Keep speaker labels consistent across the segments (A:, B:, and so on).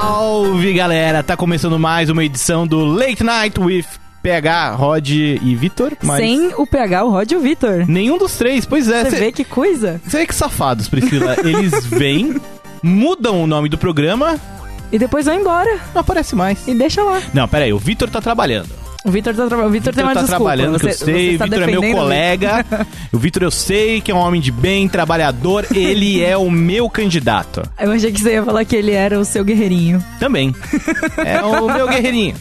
A: Salve galera, tá começando mais uma edição do Late Night with PH, Rod e Vitor. mas
B: Sem o PH, o Rod e o Vitor.
A: Nenhum dos três, pois é.
B: Você
A: cê-
B: vê que coisa?
A: Você vê que safados, Priscila. Eles vêm, mudam o nome do programa,
B: E depois vai embora
A: não aparece mais.
B: e deixa lá.
A: Não, peraí, o Vitor tá trabalhando.
B: O Vitor tá, traba- o Vitor
A: Vitor
B: tem
A: tá
B: uma desculpa.
A: trabalhando, que eu
B: Você-
A: sei.
B: você
A: O
B: tá
A: Vitor é meu
B: defendendo o
A: colega. o Vitor eu sei que é um homem de bem, trabalhador. Ele é o meu candidato.
B: Vitor. Eu achei que você ia falar que ele era o seu guerreirinho.
A: Também. É o meu guerreirinho.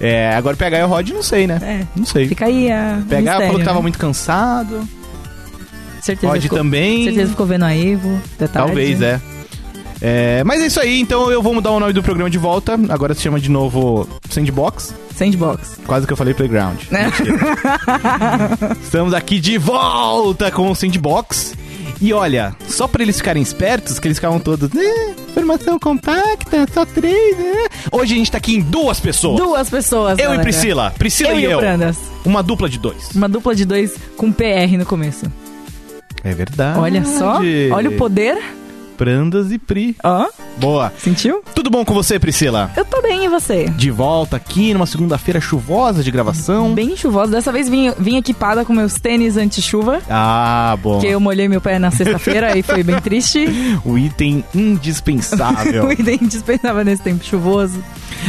A: É, agora pegar e o Rod, não sei, né?
B: É.
A: Não sei.
B: Fica aí a.
A: Pegar,
B: mistério,
A: falou que tava
B: né?
A: muito cansado.
B: Certeza
A: Rod
B: ficou,
A: também.
B: Certeza ficou vendo a Evo. né? de tarde.
A: Talvez, é. É, Mas é isso aí, então eu vou mudar o nome do programa de volta. Agora se chama de novo Sandbox.
B: Sandbox.
A: Quase que eu falei Playground.
B: Né?
A: Estamos aqui de volta com o Sandbox. E olha, só pra eles ficarem espertos, que eles ficavam todos. "Eh, formação compacta, só três. eh." Hoje a gente tá aqui em duas pessoas.
B: Duas pessoas.
A: eu e
B: galera.
A: Priscila. Priscila
B: Eu
A: e
B: e o Hum.
A: eu.
B: Brandas.
A: Uma dupla de dois.
B: Uma dupla de dois com PR no começo.
A: É verdade.
B: Olha só. Olha o poder.
A: Prandas e Pri.
B: Ó,
A: Boa.
B: sentiu?
A: Tudo bom com você, Priscila?
B: Eu tô bem, e você?
A: De volta aqui numa segunda-feira chuvosa de gravação.
B: Bem chuvosa. Dessa vez vim, vim equipada com meus tênis anti-chuva.
A: Ah, bom.
B: Porque eu molhei meu pé na sexta-feira e foi bem triste.
A: O item indispensável.
B: o idem dispensava nesse tempo chuvoso.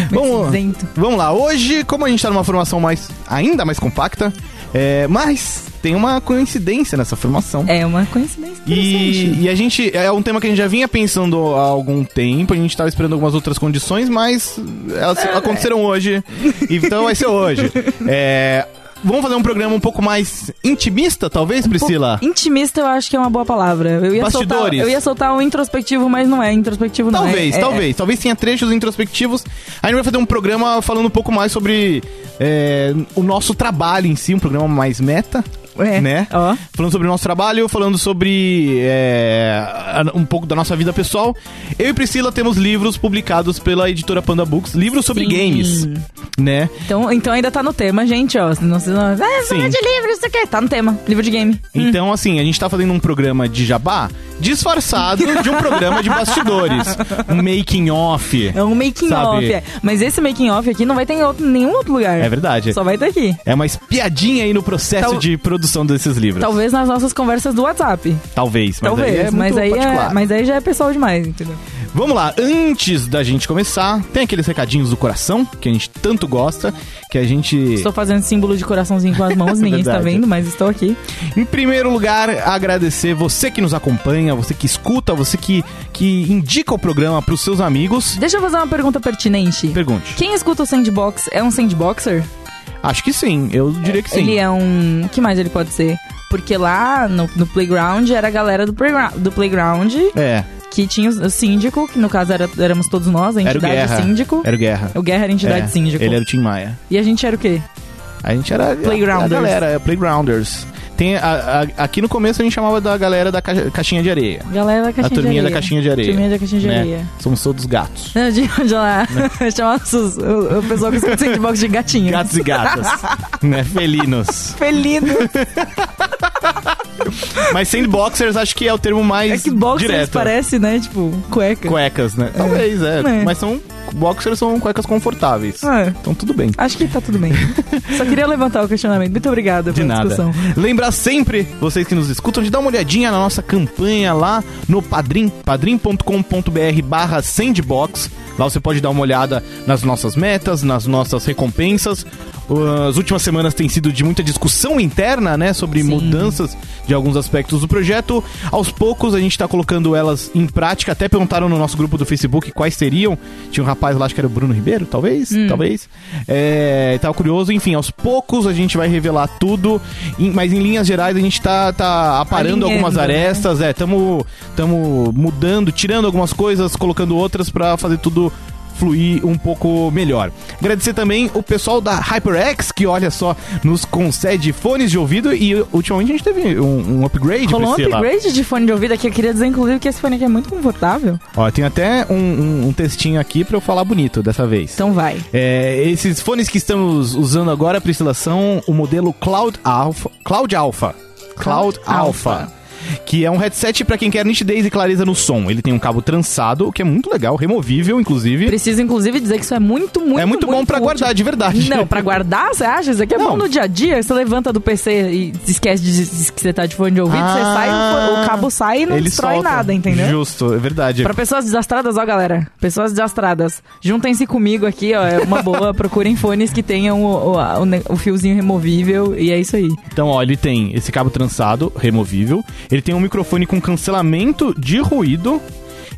A: Vamos-
B: Bem cinzento.
A: Vamos lá, hoje, como a gente tá numa formação mais, ainda mais compacta, é, mas tem uma coincidência nessa formação.
B: É uma coincidência interessante.
A: E, e a gente. É um tema que a gente já vinha pensando há algum tempo, a gente tava esperando algumas outras condições, mas elas
B: É.
A: aconteceram hoje. Então vai ser hoje. É, vamos fazer um programa um pouco mais intimista, talvez,
B: Um
A: Priscila?
B: Intimista eu acho que é uma boa palavra. Eu ia soltar,
A: Bastidores.
B: eu ia soltar um introspectivo, mas não é introspectivo não.
A: Talvez,
B: é, é-
A: talvez. Talvez tenha trechos introspectivos. A gente vai fazer um programa falando um pouco mais sobre é, o nosso trabalho em si, um programa mais meta,
B: É,
A: né?
B: Ó,
A: Falando sobre o nosso trabalho, falando sobre é, a- um pouco da nossa vida pessoal. Eu e Priscila temos livros publicados pela editora Panda Books, livros sobre
B: Sim.
A: games, né?
B: Então, então ainda tá no tema, gente, ó. Não, não, é,
A: Sim.
B: fala de livro, isso aqui. Tá no tema. Livro de game.
A: Então, assim, a gente tá fazendo um programa de jabá disfarçado de um programa de bastidores. Um making off.
B: É um making
A: Sabe?
B: off. é. Mas esse making off aqui não vai ter em outro- nenhum outro lugar.
A: É verdade.
B: Só vai ter aqui.
A: É uma espiadinha aí no processo
B: Tal-
A: de produção desses livros.
B: Talvez nas nossas conversas do WhatsApp.
A: Talvez, mas
B: Talvez,
A: aí é
B: mas,
A: muito
B: aí é,
A: particular.
B: mas aí já é pessoal demais, entendeu?
A: Vamos lá, antes da gente começar, tem aqueles recadinhos do coração, que a gente tanto gosta, que a gente...
B: Estou fazendo símbolo de coraçãozinho com as mãos, ninguém está
A: Verdade.
B: vendo, mas estou aqui.
A: Em primeiro lugar, agradecer você que nos acompanha, você que escuta, você que, que indica o programa pros seus amigos.
B: Deixa eu fazer uma pergunta pertinente.
A: Pergunte.
B: Quem escuta o Sandbox é um sandboxer?
A: Acho que sim, eu diria que sim.
B: Ele é um. que mais ele pode ser? Porque lá no, no Playground era a galera do, playgrou- do Playground
A: É,
B: que tinha o síndico, que no caso era- éramos todos nós, a
A: Era o
B: entidade
A: Guerra.
B: síndico.
A: era o Guerra.
B: O Guerra era a entidade
A: É,
B: síndico.
A: Ele era o Tim Maia.
B: E a gente era o quê?
A: A gente era a-
B: Playgrounders.
A: a galera, é, Playgrounders. Tem a- a- aqui no começo a gente chamava da galera da caixa- caixinha de areia.
B: Galera da
A: a
B: caixinha de
A: turminha
B: areia.
A: da caixinha de areia.
B: Turminha da caixinha de
A: né?
B: areia.
A: Somos todos gatos.
B: Não, de, é? de lá. Chamar os- o, o pessoal que escuta sandbox de gatinho. Ah,
A: Gatos e gatas, né? Felinos.
B: Felino.
A: Mas sandboxers acho que é o termo mais
B: É que boxers
A: direto.
B: parece, né? Tipo, cueca.
A: Cuecas, né? Talvez, é.
B: É.
A: Mas são boxers são cuecas confortáveis.
B: Ah,
A: Então tudo bem.
B: acho que tá tudo bem. Só queria levantar o questionamento. Muito obrigada
A: De
B: pela
A: nada.
B: discussão.
A: Lembrar sempre, vocês que nos escutam, de dar uma olhadinha na nossa campanha lá no Padrim, padrim.com.br barra sandbox. Lá você pode dar uma olhada nas nossas metas, nas nossas recompensas. Uh, As últimas semanas tem sido de muita discussão interna, né? Sobre
B: Sim.
A: mudanças de alguns aspectos do projeto. Aos poucos a gente tá colocando elas em prática. Até perguntaram no nosso grupo do Facebook quais seriam. Tinha um rapaz lá, acho que era o Bruno Ribeiro, talvez.
B: Hum.
A: Talvez. É, tava curioso. Enfim, aos poucos a gente vai revelar tudo. em- mas em linhas gerais a gente tá, tá aparando
B: Alinhando,
A: algumas
B: né?
A: arestas. É, tamo, tamo mudando, tirando algumas coisas, colocando outras pra fazer tudo fluir um pouco melhor. Agradecer também o pessoal da HyperX, que olha só, nos concede fones de ouvido e ultimamente a gente teve um, um upgrade,
B: Rolou um
A: Priscila.
B: upgrade de fone de ouvido aqui. Eu queria dizer, inclusive, que esse fone aqui é muito confortável.
A: Ó, tem até um, um- um textinho aqui pra eu falar bonito dessa vez.
B: Então vai.
A: É, esses fones que estamos usando agora, Priscila, são o modelo Cloud Alpha. Cloud Alpha. Cloud
B: Cloud Alpha.
A: Alpha. que é um headset pra quem quer nitidez e clareza no som. Ele tem um cabo trançado, o que é muito legal, removível, inclusive.
B: Preciso, inclusive, dizer que isso é muito, muito,
A: é muito, bom pra
B: útil.
A: guardar, de verdade.
B: Não, pra guardar, você acha? Isso aqui é
A: Não.
B: bom no dia a dia? Você levanta do PC e esquece de, de- que você tá de fone de ouvido, você
A: Ah.
B: sai, o cabo sai e não
A: Ele
B: destrói
A: solta.
B: nada, entendeu?
A: Justo, é verdade.
B: Pra pessoas desastradas, ó, galera. Pessoas desastradas. Juntem-se comigo aqui, ó. É uma boa. Procurem fones que tenham o, o- a- o ne- o fiozinho removível. E é isso aí.
A: Então, ó, ele tem esse cabo trançado, removível. Ele tem um microfone com cancelamento de ruído.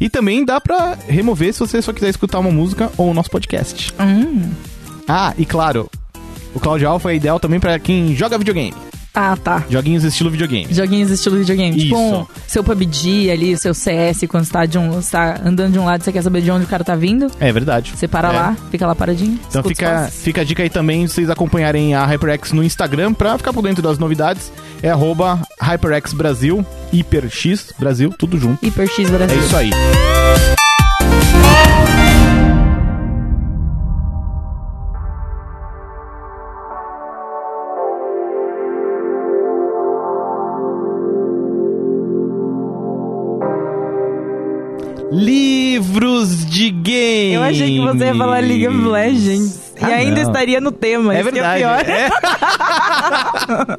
A: E também dá pra remover se você só quiser escutar uma música ou o nosso podcast. Ah, e claro, o Cloud Alpha é ideal também pra quem joga videogame.
B: Ah, tá.
A: Joguinhos estilo videogame.
B: Joguinhos estilo videogame. Tipo
A: Isso.
B: um, seu PUBG ali, o seu CS, quando você tá, de um, você tá andando de um lado e você quer saber de onde o cara tá vindo.
A: É verdade.
B: Você para
A: É.
B: lá, fica lá paradinho.
A: Então
B: escuta os
A: fica,
B: passos.
A: fica a dica aí também de vocês acompanharem a HyperX no Instagram pra ficar por dentro das novidades. É arroba HyperX Brasil, HyperX Brasil, tudo junto.
B: Hiper X
A: É
B: Brasil.
A: isso aí. Livros de games.
B: Eu achei que você ia falar League of Legends.
A: Ah,
B: e
A: não.
B: ainda estaria no tema.
A: É
B: isso que
A: verdade.
B: É pior.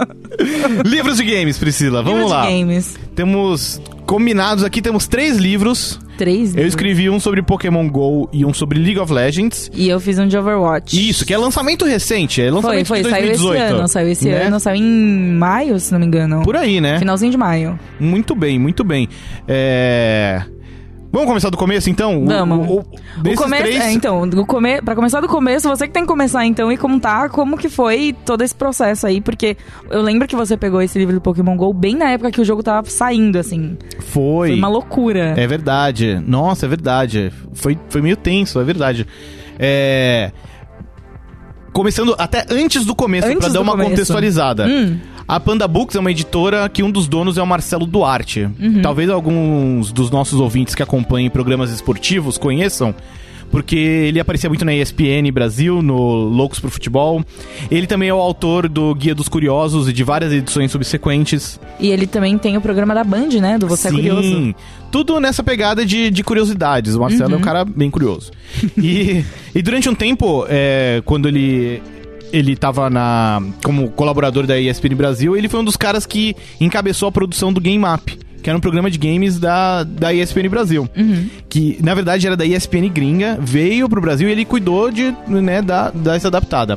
A: é. Livros de games, Priscila. Vamos
B: Livro de
A: lá.
B: games.
A: Temos combinados aqui, temos três livros.
B: Três.
A: Eu
B: né?
A: escrevi um sobre Pokémon GO e um sobre League of Legends.
B: E eu fiz um de Overwatch.
A: Isso, que é lançamento recente, é
B: Foi,
A: lançamento
B: foi,
A: de
B: saiu
A: 2018.
B: esse ano, saiu esse
A: né?
B: ano, saiu em maio, se não me engano.
A: Por aí, né?
B: Finalzinho de maio.
A: Muito bem, muito bem. É... Vamos começar do começo, então? O-
B: Vamos.
A: O, o, desses
B: começo,
A: três...
B: é, então, o come... pra começar do começo, você que tem que começar então e contar como que foi todo esse processo aí, porque eu lembro que você pegou esse livro do Pokémon GO bem na época que o jogo tava saindo, assim.
A: Foi.
B: Foi uma loucura.
A: É verdade. Nossa, é verdade. Foi, foi meio tenso, é verdade. É... Começando até antes do começo,
B: Antes
A: pra dar
B: do
A: uma
B: começo. Hum.
A: contextualizada. A Panda Books é uma editora que um dos donos é o Marcelo Duarte.
B: Uhum.
A: Talvez alguns dos nossos ouvintes que acompanhem programas esportivos conheçam, porque ele aparecia muito na ESPN Brasil, no Loucos pro Futebol. Ele também é o autor do Guia dos Curiosos e de várias edições subsequentes.
B: E ele também tem o programa da Band, né? Do Você
A: Sim,
B: é Curioso. Uhum.
A: Tudo nessa pegada de, de curiosidades. O Marcelo é um cara bem curioso. E, e durante um tempo, é, quando ele. Ele tava na. como colaborador da ESPN Brasil, ele foi um dos caras que encabeçou a produção do Game Map, que era um programa de games da, da ESPN Brasil.
B: Uhum.
A: Que, na verdade, era da ESPN gringa, veio pro Brasil e ele cuidou de, né, da, dessa adaptada.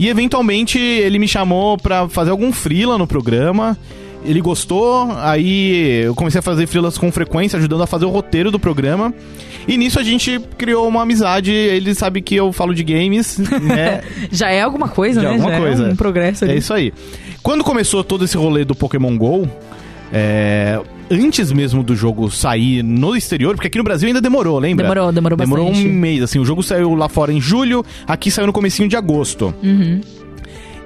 A: E eventualmente ele me chamou pra fazer algum freela no programa. Ele gostou, aí eu comecei a fazer freelas com frequência, ajudando a fazer o roteiro do programa. E nisso a gente criou uma amizade. Ele sabe que eu falo de games, né?
B: Já é alguma coisa,
A: De
B: né?
A: alguma
B: Já
A: coisa.
B: É um progresso ali.
A: É isso aí. Quando começou todo esse rolê do Pokémon GO, é, antes mesmo do jogo sair no exterior, porque aqui no Brasil ainda demorou, lembra?
B: Demorou, demorou
A: Demorou
B: bastante.
A: um mês, assim. O jogo saiu lá fora em julho, aqui saiu no comecinho de agosto.
B: Uhum.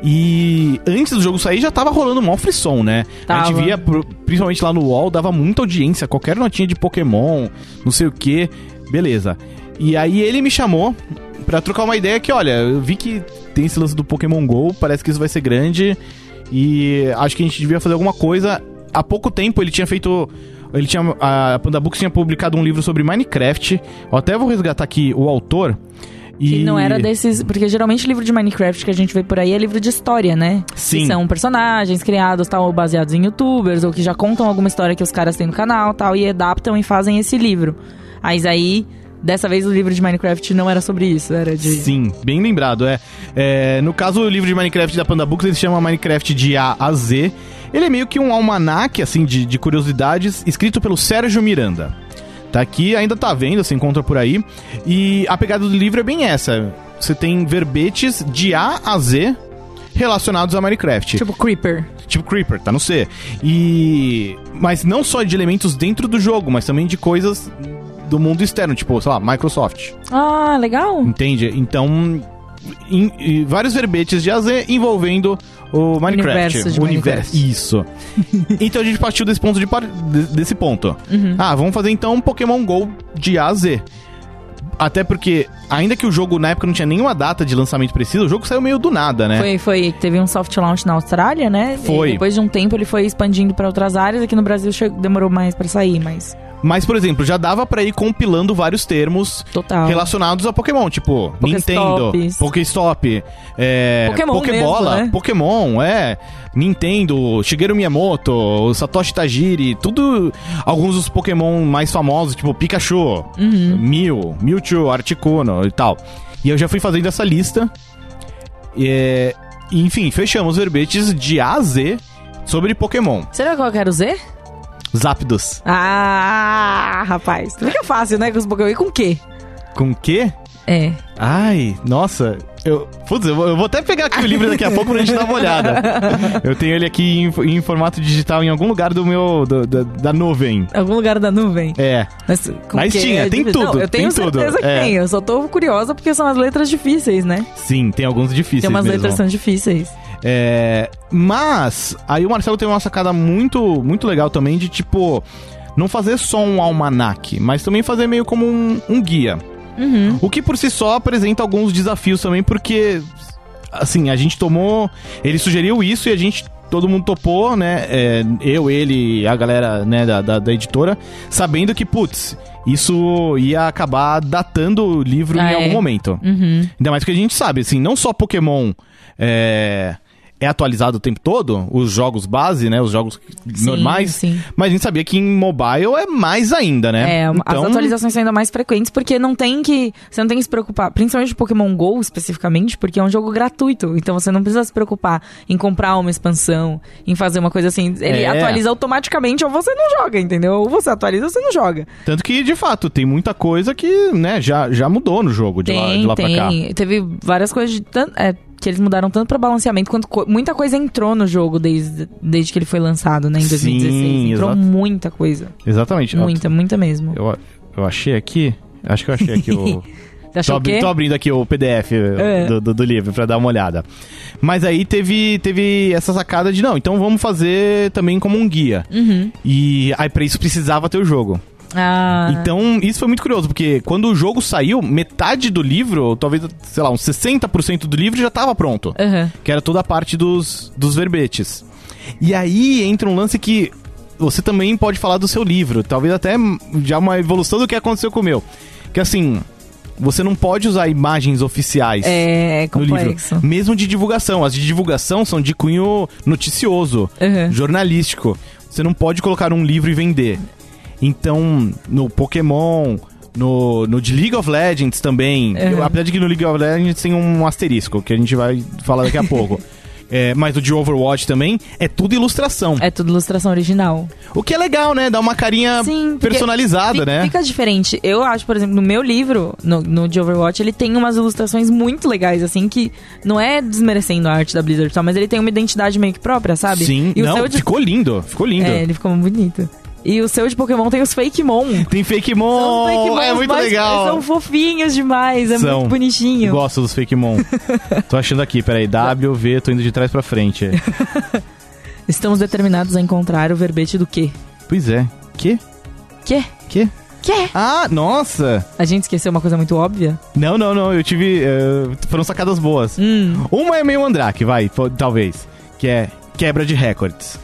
A: E antes do jogo sair já tava rolando um maior frisson, né? A gente
B: Tava.
A: via, pro- principalmente lá no UOL, dava muita audiência, qualquer notinha de Pokémon, não sei o que, beleza. E aí ele me chamou pra trocar uma ideia que, olha, eu vi que tem esse lance do Pokémon GO, parece que isso vai ser grande e acho que a gente devia fazer alguma coisa. Há pouco tempo ele tinha feito. Ele tinha, a Panda Books tinha publicado um livro sobre Minecraft. Eu até vou resgatar aqui o autor. E
B: Que não era desses. Porque geralmente livro de Minecraft que a gente vê por aí é livro de história, né?
A: Sim.
B: Que são personagens criados, tal, ou baseados em youtubers, ou que já contam alguma história que os caras têm no canal tal, e adaptam e fazem esse livro. Mas aí, dessa vez o livro de Minecraft não era sobre isso, era de.
A: Sim, bem lembrado, é. É, No caso, o livro de Minecraft da Panda Books, ele se chama Minecraft de A a Z. Ele é meio que um almanaque, assim, de, de curiosidades, escrito pelo Sérgio Miranda. Tá aqui, ainda tá vendo, se encontra por aí. E a pegada do livro é bem essa. Você tem verbetes de A a Z relacionados a Minecraft.
B: Tipo Creeper.
A: Tipo Creeper, tá no C. E. Mas não só de elementos dentro do jogo, mas também de coisas do mundo externo, tipo, sei lá, Microsoft.
B: Ah, legal.
A: Entende? Então, em- em vários verbetes de AZ envolvendo o Minecraft.
B: Universo de
A: o universo.
B: Minecraft.
A: Isso. então a gente partiu desse ponto de,
B: Uhum.
A: par- de- desse ponto. Ah, vamos fazer então um Pokémon GO de AZ. Até porque, ainda que o jogo na época não tinha nenhuma data de lançamento precisa, o jogo saiu meio do nada, né?
B: Foi, foi, teve um soft launch na Austrália, né?
A: Foi.
B: E depois de um tempo ele foi expandindo pra outras áreas. Aqui no Brasil che- demorou mais pra sair, mas
A: Mas, por exemplo, já dava pra ir compilando vários termos
B: total.
A: relacionados a Pokémon, tipo Nintendo,
B: Pokéstops.
A: Pokéstop, é,
B: Pokémon
A: Pokébola,
B: mesmo, né?
A: Pokémon, é, Nintendo, Shigeru Miyamoto, o Satoshi Tajiri, tudo alguns dos Pokémon mais famosos, tipo Pikachu,
B: Uhum.
A: Mew, Mewtwo, Articuno e tal. E eu já fui fazendo essa lista. É, e, enfim, fechamos verbetes de A a Z sobre Pokémon.
B: Será que eu quero Z?
A: Zapdos.
B: Ah, rapaz. Fica fácil, né? Com os Pokémon. E com o quê?
A: Com que?
B: É.
A: Ai, nossa. Eu, putz, eu vou, eu vou até pegar aqui o livro daqui a pouco pra gente dar uma olhada. Eu tenho ele aqui em, fo- em formato digital em algum lugar do meu. do- da, da nuvem.
B: Algum lugar da nuvem.
A: É.
B: Mas, com
A: Mas
B: quê?
A: tinha,
B: É
A: tem
B: difícil.
A: tudo,
B: Não, eu tenho
A: tem tudo,
B: certeza que
A: é.
B: tem. Eu só tô curiosa porque são as letras difíceis, né?
A: Sim, tem alguns difíceis
B: Tem umas
A: mesmo.
B: letras que são difíceis.
A: É, mas, aí o Marcelo tem uma sacada muito, muito legal também de tipo. Não fazer só um almanaque, mas também fazer meio como um, um guia.
B: Uhum.
A: O que por si só apresenta alguns desafios também, porque. Assim, a gente tomou. Ele sugeriu isso e a gente. Todo mundo topou, né? É, eu, ele, a galera né, da, da, da editora, sabendo que, putz, isso ia acabar datando o livro
B: Ah,
A: em
B: é.
A: algum momento.
B: Uhum.
A: Ainda mais que a gente sabe, assim, não só Pokémon é, é atualizado o tempo todo, os jogos base, né? Os jogos
B: Sim,
A: normais.
B: Sim.
A: Mas a gente sabia que em mobile é mais ainda, né?
B: É, as atualizações são ainda mais frequentes, porque não tem que. Você não tem que se preocupar, principalmente de Pokémon GO especificamente, porque é um jogo gratuito. Então você não precisa se preocupar em comprar uma expansão, em fazer uma coisa assim. Ele
A: É.
B: atualiza automaticamente, ou você não joga, entendeu? Ou você atualiza ou você não joga.
A: Tanto que, de fato, tem muita coisa que, né, já, já mudou no jogo de lá, de lá pra cá.
B: Teve várias coisas de tan- é, que eles mudaram tanto pra balanceamento quanto co- muita coisa entrou no jogo desde, desde que ele foi lançado, né, em
A: Sim,
B: 2016. entrou
A: exato.
B: muita coisa.
A: Exatamente. Ó,
B: Muita, muita mesmo.
A: Eu, eu achei aqui. Acho É que eu achei aqui o.
B: Você
A: tô,
B: achou o
A: abri-
B: quê?
A: tô abrindo aqui o PDF
B: É.
A: do, do- do livro pra dar uma olhada. Mas aí teve, teve essa sacada de, não, então vamos fazer também como um guia.
B: Uhum.
A: E aí pra isso precisava ter o jogo.
B: Ah,
A: Então, isso foi muito curioso, porque quando o jogo saiu, metade do livro, talvez, sei lá, uns 60% do livro já tava pronto.
B: aham.
A: que era toda a parte dos, dos verbetes. E aí entra um lance que você também pode falar do seu livro, talvez até já uma evolução do que aconteceu com o meu. Que assim, você não pode usar imagens oficiais.
B: É
A: No
B: complexo.
A: livro. Mesmo de divulgação. As de divulgação são de cunho noticioso,
B: Aham.
A: jornalístico. Você não pode colocar um livro e vender. Então, no Pokémon, no, no de League of Legends também.
B: Uhum.
A: Eu- apesar de que no League of Legends tem um asterisco, que a gente vai falar daqui a pouco. É, mas o de Overwatch também é tudo ilustração.
B: É tudo ilustração original.
A: O que é legal, né? Dá uma carinha
B: Sim, porque
A: personalizada,
B: Fi-
A: né?
B: Fica diferente. Eu acho, por exemplo, no meu livro, no, no de Overwatch, ele tem umas ilustrações muito legais, assim, que não é desmerecendo a arte da Blizzard e tal, mas ele tem uma identidade meio que própria, sabe?
A: Sim,
B: e o
A: não,
B: seu de...
A: ficou lindo, ficou lindo.
B: É, ele ficou bonito. E o seu de Pokémon tem os Fakemon.
A: Tem
B: São os
A: Fakemon,
B: Fakemons
A: é muito
B: mais-
A: legal.
B: São fofinhos demais, é
A: São.
B: muito bonitinho.
A: Gosto dos Fakemon. tô achando aqui, peraí. W, V, tô indo de trás pra frente.
B: Estamos determinados a encontrar o verbete do quê?
A: Pois é. Que?
B: Quê?
A: Que?
B: Quê?
A: Ah, nossa!
B: A gente esqueceu uma coisa muito óbvia?
A: Não, não, não, eu tive. eh, foram sacadas boas.
B: Hum.
A: Uma é meio Andrake, vai, po- talvez. Que é quebra de recordes.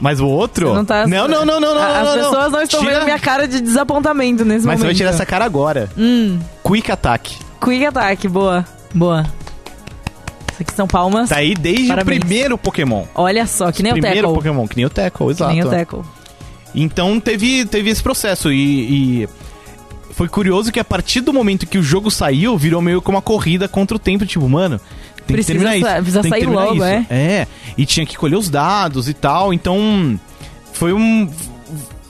A: Mas o outro.
B: Você não tá-
A: não, não, não, não, não,
B: A-
A: não,
B: as
A: não, não.
B: pessoas não estão
A: Tira-
B: vendo minha cara de desapontamento nesse
A: Mas
B: momento.
A: você vai tirar essa cara agora.
B: Hum,
A: Quick Attack.
B: Quick Attack, boa, boa. Isso aqui são palmas.
A: Tá aí desde
B: Parabéns.
A: o primeiro Pokémon.
B: Olha só, que nem o
A: primeiro
B: Tackle.
A: Pokémon, que nem o Tackle,
B: Que
A: exato.
B: nem o Tackle.
A: Então teve, teve esse processo e, e foi curioso que a partir do momento que o jogo saiu, virou meio que uma corrida contra o tempo, tipo, mano, tem
B: Precisa
A: que terminar
B: sa-
A: isso.
B: precisa
A: tem que
B: sair
A: terminar
B: logo,
A: isso.
B: é.
A: É, e tinha que colher os dados e tal, então foi um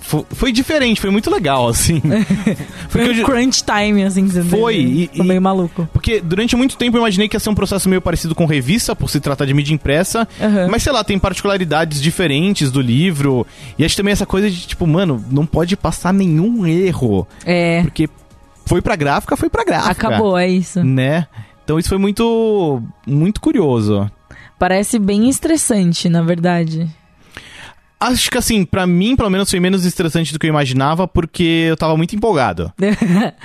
A: fo- foi diferente, foi muito legal, assim.
B: Foi
A: Porque
B: um
A: eu já-
B: crunch time, assim, que você
A: Foi,
B: teve.
A: e-
B: Foi
A: e-
B: meio maluco.
A: porque durante muito tempo eu imaginei que ia ser um processo meio parecido com revista, por se tratar de mídia impressa.
B: Aham.
A: Mas sei lá, tem particularidades diferentes do livro. E acho também essa coisa de tipo, mano, não pode passar nenhum erro.
B: É,
A: Porque foi pra gráfica, foi pra gráfica.
B: acabou, é isso.
A: Né? Então isso foi muito, muito curioso.
B: Parece bem estressante, na verdade.
A: Acho que assim, pra mim, pelo menos, foi menos estressante do que eu imaginava, porque eu tava muito empolgado,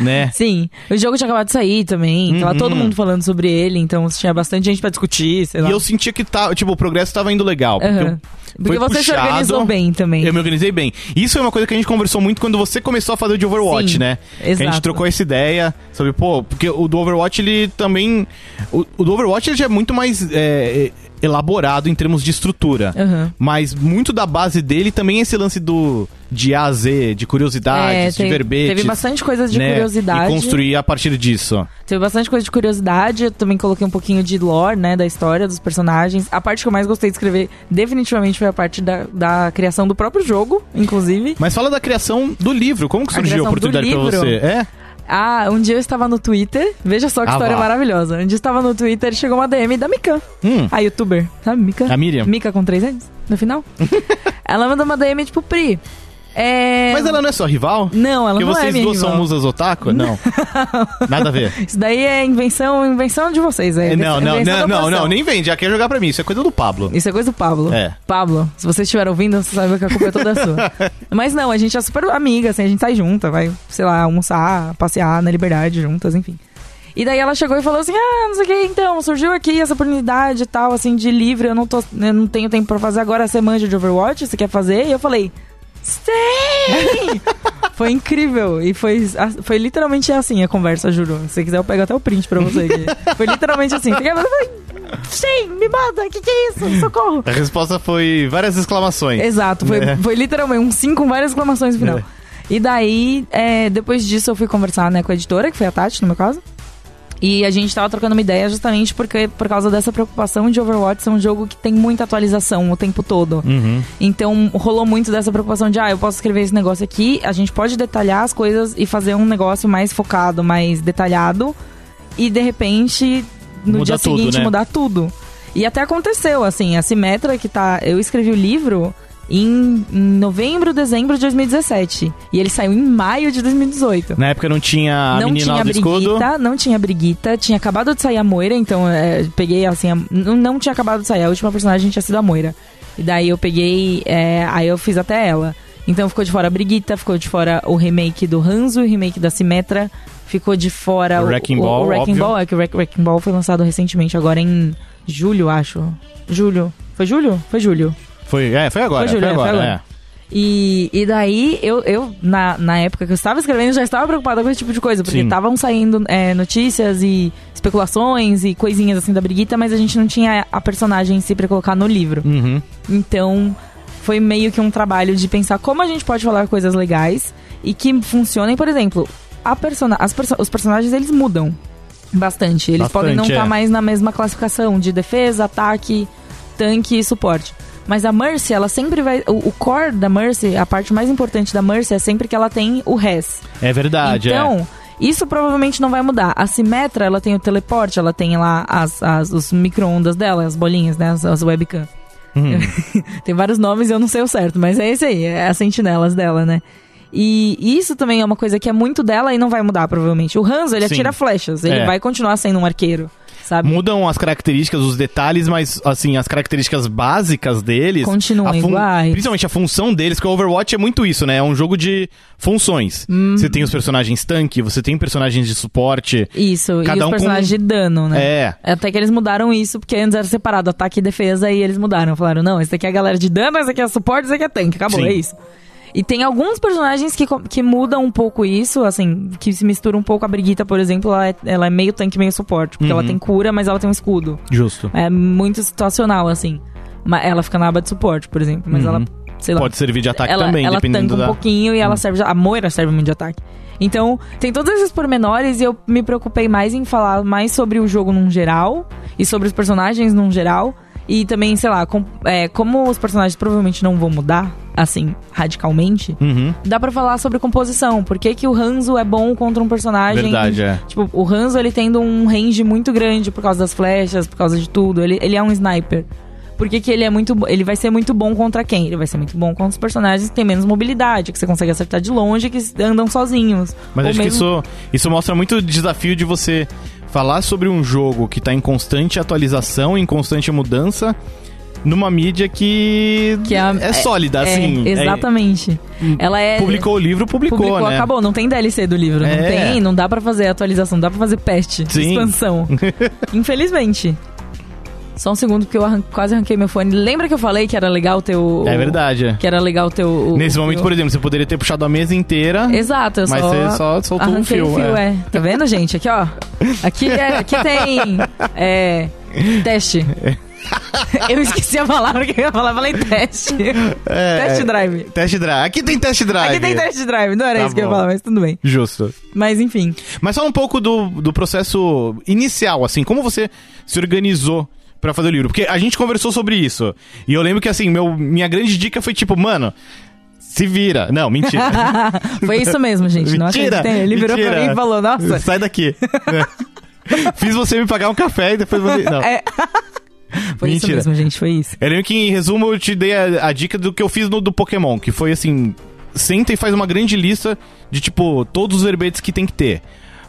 A: né?
B: Sim, o jogo tinha acabado de sair também, tava
A: Uhum.
B: todo mundo falando sobre ele, então tinha bastante gente pra discutir, sei lá.
A: E eu sentia que tá, tipo, o progresso tava indo legal. Porque,
B: Aham.
A: eu-
B: Porque
A: foi
B: você se
A: puxado.
B: organizou bem também.
A: Eu me organizei bem. Isso é uma coisa que a gente conversou muito quando você começou a fazer o de Overwatch,
B: Sim,
A: né? Que A
B: exato.
A: gente trocou essa ideia sobre, pô, porque o do Overwatch ele também. O, o do Overwatch ele já é muito mais é, é, elaborado em termos de estrutura.
B: Aham.
A: Mas muito da base dele também é esse lance do de A a Z, de
B: É,
A: curiosidades, Ah, de
B: teve-
A: verbetes.
B: Teve bastante coisa de
A: né?
B: curiosidade.
A: E construir a partir disso.
B: Teve bastante coisa de curiosidade, eu também coloquei um pouquinho de lore, né, da história, dos personagens. A parte que eu mais gostei de escrever, definitivamente, foi a parte da, da criação do próprio jogo, inclusive.
A: Mas fala da criação do livro. Como que
B: A
A: surgiu a,
B: criação do
A: oportunidade pra
B: livro?
A: você? É?
B: Ah, um dia eu estava no Twitter, veja só que
A: Ah,
B: história
A: vá.
B: maravilhosa. Um dia eu estava no Twitter, chegou uma DM da Mikan,
A: Hum.
B: a youtuber, sabe, Mikan?
A: A Miriam.
B: Mika com três anos, no final. ela mandou uma DM, tipo, Pri, é...
A: Mas ela não é sua rival?
B: Não, ela
A: Porque
B: não é
A: vocês
B: minha
A: duas são
B: rival.
A: musas otaku? Não. Nada a ver.
B: Isso daí é invenção, invenção de vocês, é.
A: É, Não, não,
B: invenção da
A: não, não,
B: produção.
A: não, nem vende. Já quer jogar pra mim. Isso é coisa do Pablo.
B: Isso é coisa do Pablo.
A: É.
B: Pablo, se você estiver ouvindo, você sabe que a culpa é toda sua. Mas não, a gente é super amiga, assim, a gente sai junta, vai, sei lá, almoçar, passear na liberdade juntas, enfim. E daí ela chegou e falou assim: Ah, não sei o que, então, surgiu aqui essa oportunidade e tal, assim, de livre, eu não, tô, eu não tenho tempo pra fazer agora, você manja de Overwatch, você quer fazer? E eu falei: Sim! foi incrível. E foi, foi literalmente assim a conversa, juro. Se você quiser, eu pego até o print pra você. aqui. Foi literalmente assim: Você quer fazer? Eu falei: Sim, me manda, o que, que é isso? Socorro!
A: A resposta foi várias exclamações.
B: Exato, foi,
A: Né?
B: foi literalmente um sim com várias exclamações no final.
A: É.
B: E daí, é, depois disso, eu fui conversar né, com a editora, que foi a Tati, no meu caso. E a gente tava trocando uma ideia justamente porque, por causa dessa preocupação de Overwatch ser um jogo que tem muita atualização o tempo todo.
A: Uhum.
B: Então rolou muito dessa preocupação de, ah, eu posso escrever esse negócio aqui, a gente pode detalhar as coisas e fazer um negócio mais focado, mais detalhado, e de repente, no
A: Muda
B: dia
A: tudo,
B: seguinte,
A: né?
B: mudar tudo. E até aconteceu, assim, a Simetra que tá. Eu escrevi o livro em em novembro, dezembro de 2017. E ele saiu em maio de 2018
A: Na época não tinha a
B: não
A: menina
B: tinha
A: lá do escudo.
B: briguita, não tinha briguita, tinha acabado de sair a Moira, então é, peguei assim, a- não, não tinha acabado de sair, a última personagem tinha sido a Moira. E daí eu peguei, é, aí eu fiz até ela. Então ficou de fora a Briguita, ficou de fora o remake do Hanzo, o remake da Simetra, ficou de fora
A: O Wrecking Ball,
B: o Wrecking
A: óbvio.
B: Ball, é que o Wreck- Wrecking Ball foi lançado recentemente agora em julho, acho. Julho. Foi julho? Foi julho.
A: Foi, é, foi agora.
B: Foi
A: Foi,
B: Juliana,
A: agora,
B: foi agora. E, e daí, eu, eu na, na época que eu estava escrevendo, já estava preocupada com esse tipo de coisa, porque
A: Sim.
B: estavam saindo é, notícias e especulações e coisinhas assim da Briguita, mas a gente não tinha a personagem em si pra colocar no livro.
A: é. Uhum.
B: Então, foi meio que um trabalho de pensar como a gente pode falar coisas legais e que funcionem, por exemplo, a persona as perso- os personagens eles mudam bastante. Eles
A: Bastante,
B: podem não estar
A: é.
B: mais na mesma classificação de defesa, ataque, tanque e suporte. Mas a Mercy, ela sempre vai. O, o core da Mercy, a parte mais importante da Mercy é sempre que ela tem o res.
A: É verdade, é.
B: Então, isso provavelmente não vai mudar. A Simetra, ela tem o teleporte, ela tem lá as, as- os micro-ondas dela, as bolinhas, né? As, as webcam.
A: Uhum.
B: Tem vários nomes e eu não sei o certo, mas é esse aí, é as sentinelas dela, né? E isso também é uma coisa que é muito dela e não vai mudar, provavelmente. O Hanzo, ele
A: Sim.
B: atira flechas, ele
A: É.
B: vai continuar sendo um arqueiro, sabe?
A: Mudam as características, os detalhes, mas assim, as características básicas deles.
B: Continuam
A: a fun-
B: iguais.
A: Principalmente a função deles, que o Overwatch é muito isso, né? É um jogo de funções.
B: Hum.
A: Você tem os personagens tanque, você tem personagens de suporte.
B: Isso, e
A: Cada
B: os
A: um com-
B: personagens de dano, né?
A: É.
B: Até que eles mudaram isso, porque antes era separado ataque e defesa, e eles mudaram. Falaram, não, esse daqui é a galera de dano, esse aqui é suporte, esse aqui é tanque. Acabou,
A: Sim.
B: é isso. E tem alguns personagens que, co- que mudam um pouco isso, assim, que se mistura um pouco. A Briguita, por exemplo, ela é, ela é meio tanque, meio suporte. Porque ela tem cura, mas ela tem um escudo.
A: Justo.
B: É muito situacional, assim. Ma- Ela fica na aba de suporte, por exemplo. Mas ela, sei lá,
A: Pode servir de ataque
B: ela,
A: também,
B: ela
A: dependendo
B: tanca
A: da. Hum.
B: um pouquinho e ela serve. de- A Moira serve muito de ataque. Então, tem todos esses pormenores e eu me preocupei mais em falar mais sobre o jogo num geral e sobre os personagens num geral. E também, sei lá, com- é, como os personagens provavelmente não vão mudar, assim, radicalmente,
A: Uhum.
B: dá pra falar sobre composição. Por que, que o Hanzo é bom contra um personagem.
A: Verdade, é.
B: Tipo, o Hanzo ele tendo um range muito grande por causa das flechas, por causa de tudo. Ele, ele é um sniper. Por que, que ele é muito. bo- Ele vai ser muito bom contra quem? Ele vai ser muito bom contra os personagens que têm menos mobilidade, que você consegue acertar de longe, que andam sozinhos.
A: Mas
B: Ou
A: acho que
B: mesmo-
A: isso, isso mostra muito o desafio de você falar sobre um jogo que tá em constante atualização, em constante mudança, numa mídia que,
B: Que é a-
A: é sólida, assim.
B: É,
A: é-
B: exatamente. Ela é.
A: publicou o livro, publicou,
B: publicou,
A: né?
B: acabou. Não tem DLC do livro. Não
A: É.
B: tem, não dá pra fazer atualização, não dá pra fazer patch,
A: Sim.
B: expansão. Infelizmente. Só um segundo, porque eu arran- quase arranquei meu fone. Lembra que eu falei que era legal ter o.
A: É verdade. é.
B: Que era legal ter o. o-
A: Nesse
B: o
A: momento,
B: fio?
A: por exemplo, você poderia ter puxado a mesa inteira,
B: Exato, eu
A: mas
B: só.
A: você só soltou um
B: Arranquei
A: fio.
B: o fio, é. Tá vendo, gente? Aqui, ó. Aqui, é- aqui tem. É. Teste. Eu esqueci a palavra que eu ia falar, falei teste.
A: É,
B: Test
A: é,
B: drive.
A: Test drive. Aqui tem test drive.
B: Aqui tem test drive, não era
A: Tá
B: isso que eu ia
A: bom.
B: falar, mas tudo bem.
A: Justo.
B: Mas enfim.
A: Mas fala um pouco do, do processo inicial, assim, como você se organizou pra fazer o livro? Porque a gente conversou sobre isso. E eu lembro que, assim, meu, minha grande dica foi tipo, mano, se vira. Não, mentira.
B: Foi isso mesmo, gente. Não
A: Mentira,
B: acreditei. Ele virou pra
A: mentira.
B: mim e falou, nossa.
A: Sai daqui. Fiz você me pagar um café e depois você. Não.
B: É. Foi
A: Mentira.
B: isso mesmo, gente. Foi isso.
A: Eu lembro que, em resumo, eu te dei a, a dica do que eu fiz no do Pokémon, que foi assim: senta e faz uma grande lista de, tipo, todos os verbetes que tem que ter.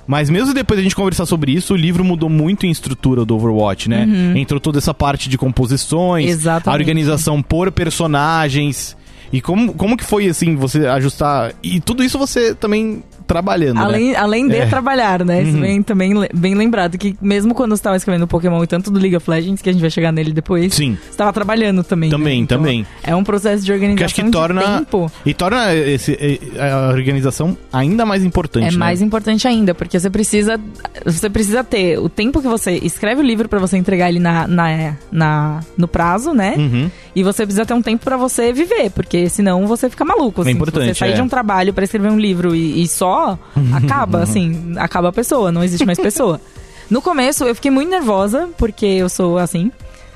A: Mas mesmo depois da gente conversar sobre isso, o livro mudou muito em estrutura do Overwatch, né? Entrou toda essa parte de composições,
B: Uhum. Exatamente.
A: a organização por personagens. E como, como que foi, assim, você ajustar... E tudo isso você também trabalhando, né?
B: Além, além de
A: É.
B: trabalhar, né? Isso
A: Uhum.
B: bem, também le- bem lembrado. Que mesmo quando eu estava escrevendo Pokémon e tanto do League of Legends, que a gente vai chegar nele depois,
A: Sim,
B: você estava trabalhando também. né?
A: também,
B: Então,
A: também.
B: É um processo de organização
A: Que acho que torna-
B: de tempo.
A: E torna esse, a organização ainda mais importante,
B: É
A: né?
B: mais importante ainda, porque você precisa você precisa ter o tempo que você escreve o livro pra você entregar ele na, na, na- no prazo, né?
A: Uhum.
B: E você precisa ter um tempo pra você viver, porque senão você fica maluco. Assim, Se
A: importante,
B: você sair
A: é.
B: de um trabalho pra escrever um livro e, e só acaba, assim, acaba a pessoa, não existe mais pessoa. No começo eu fiquei muito nervosa, porque eu sou assim.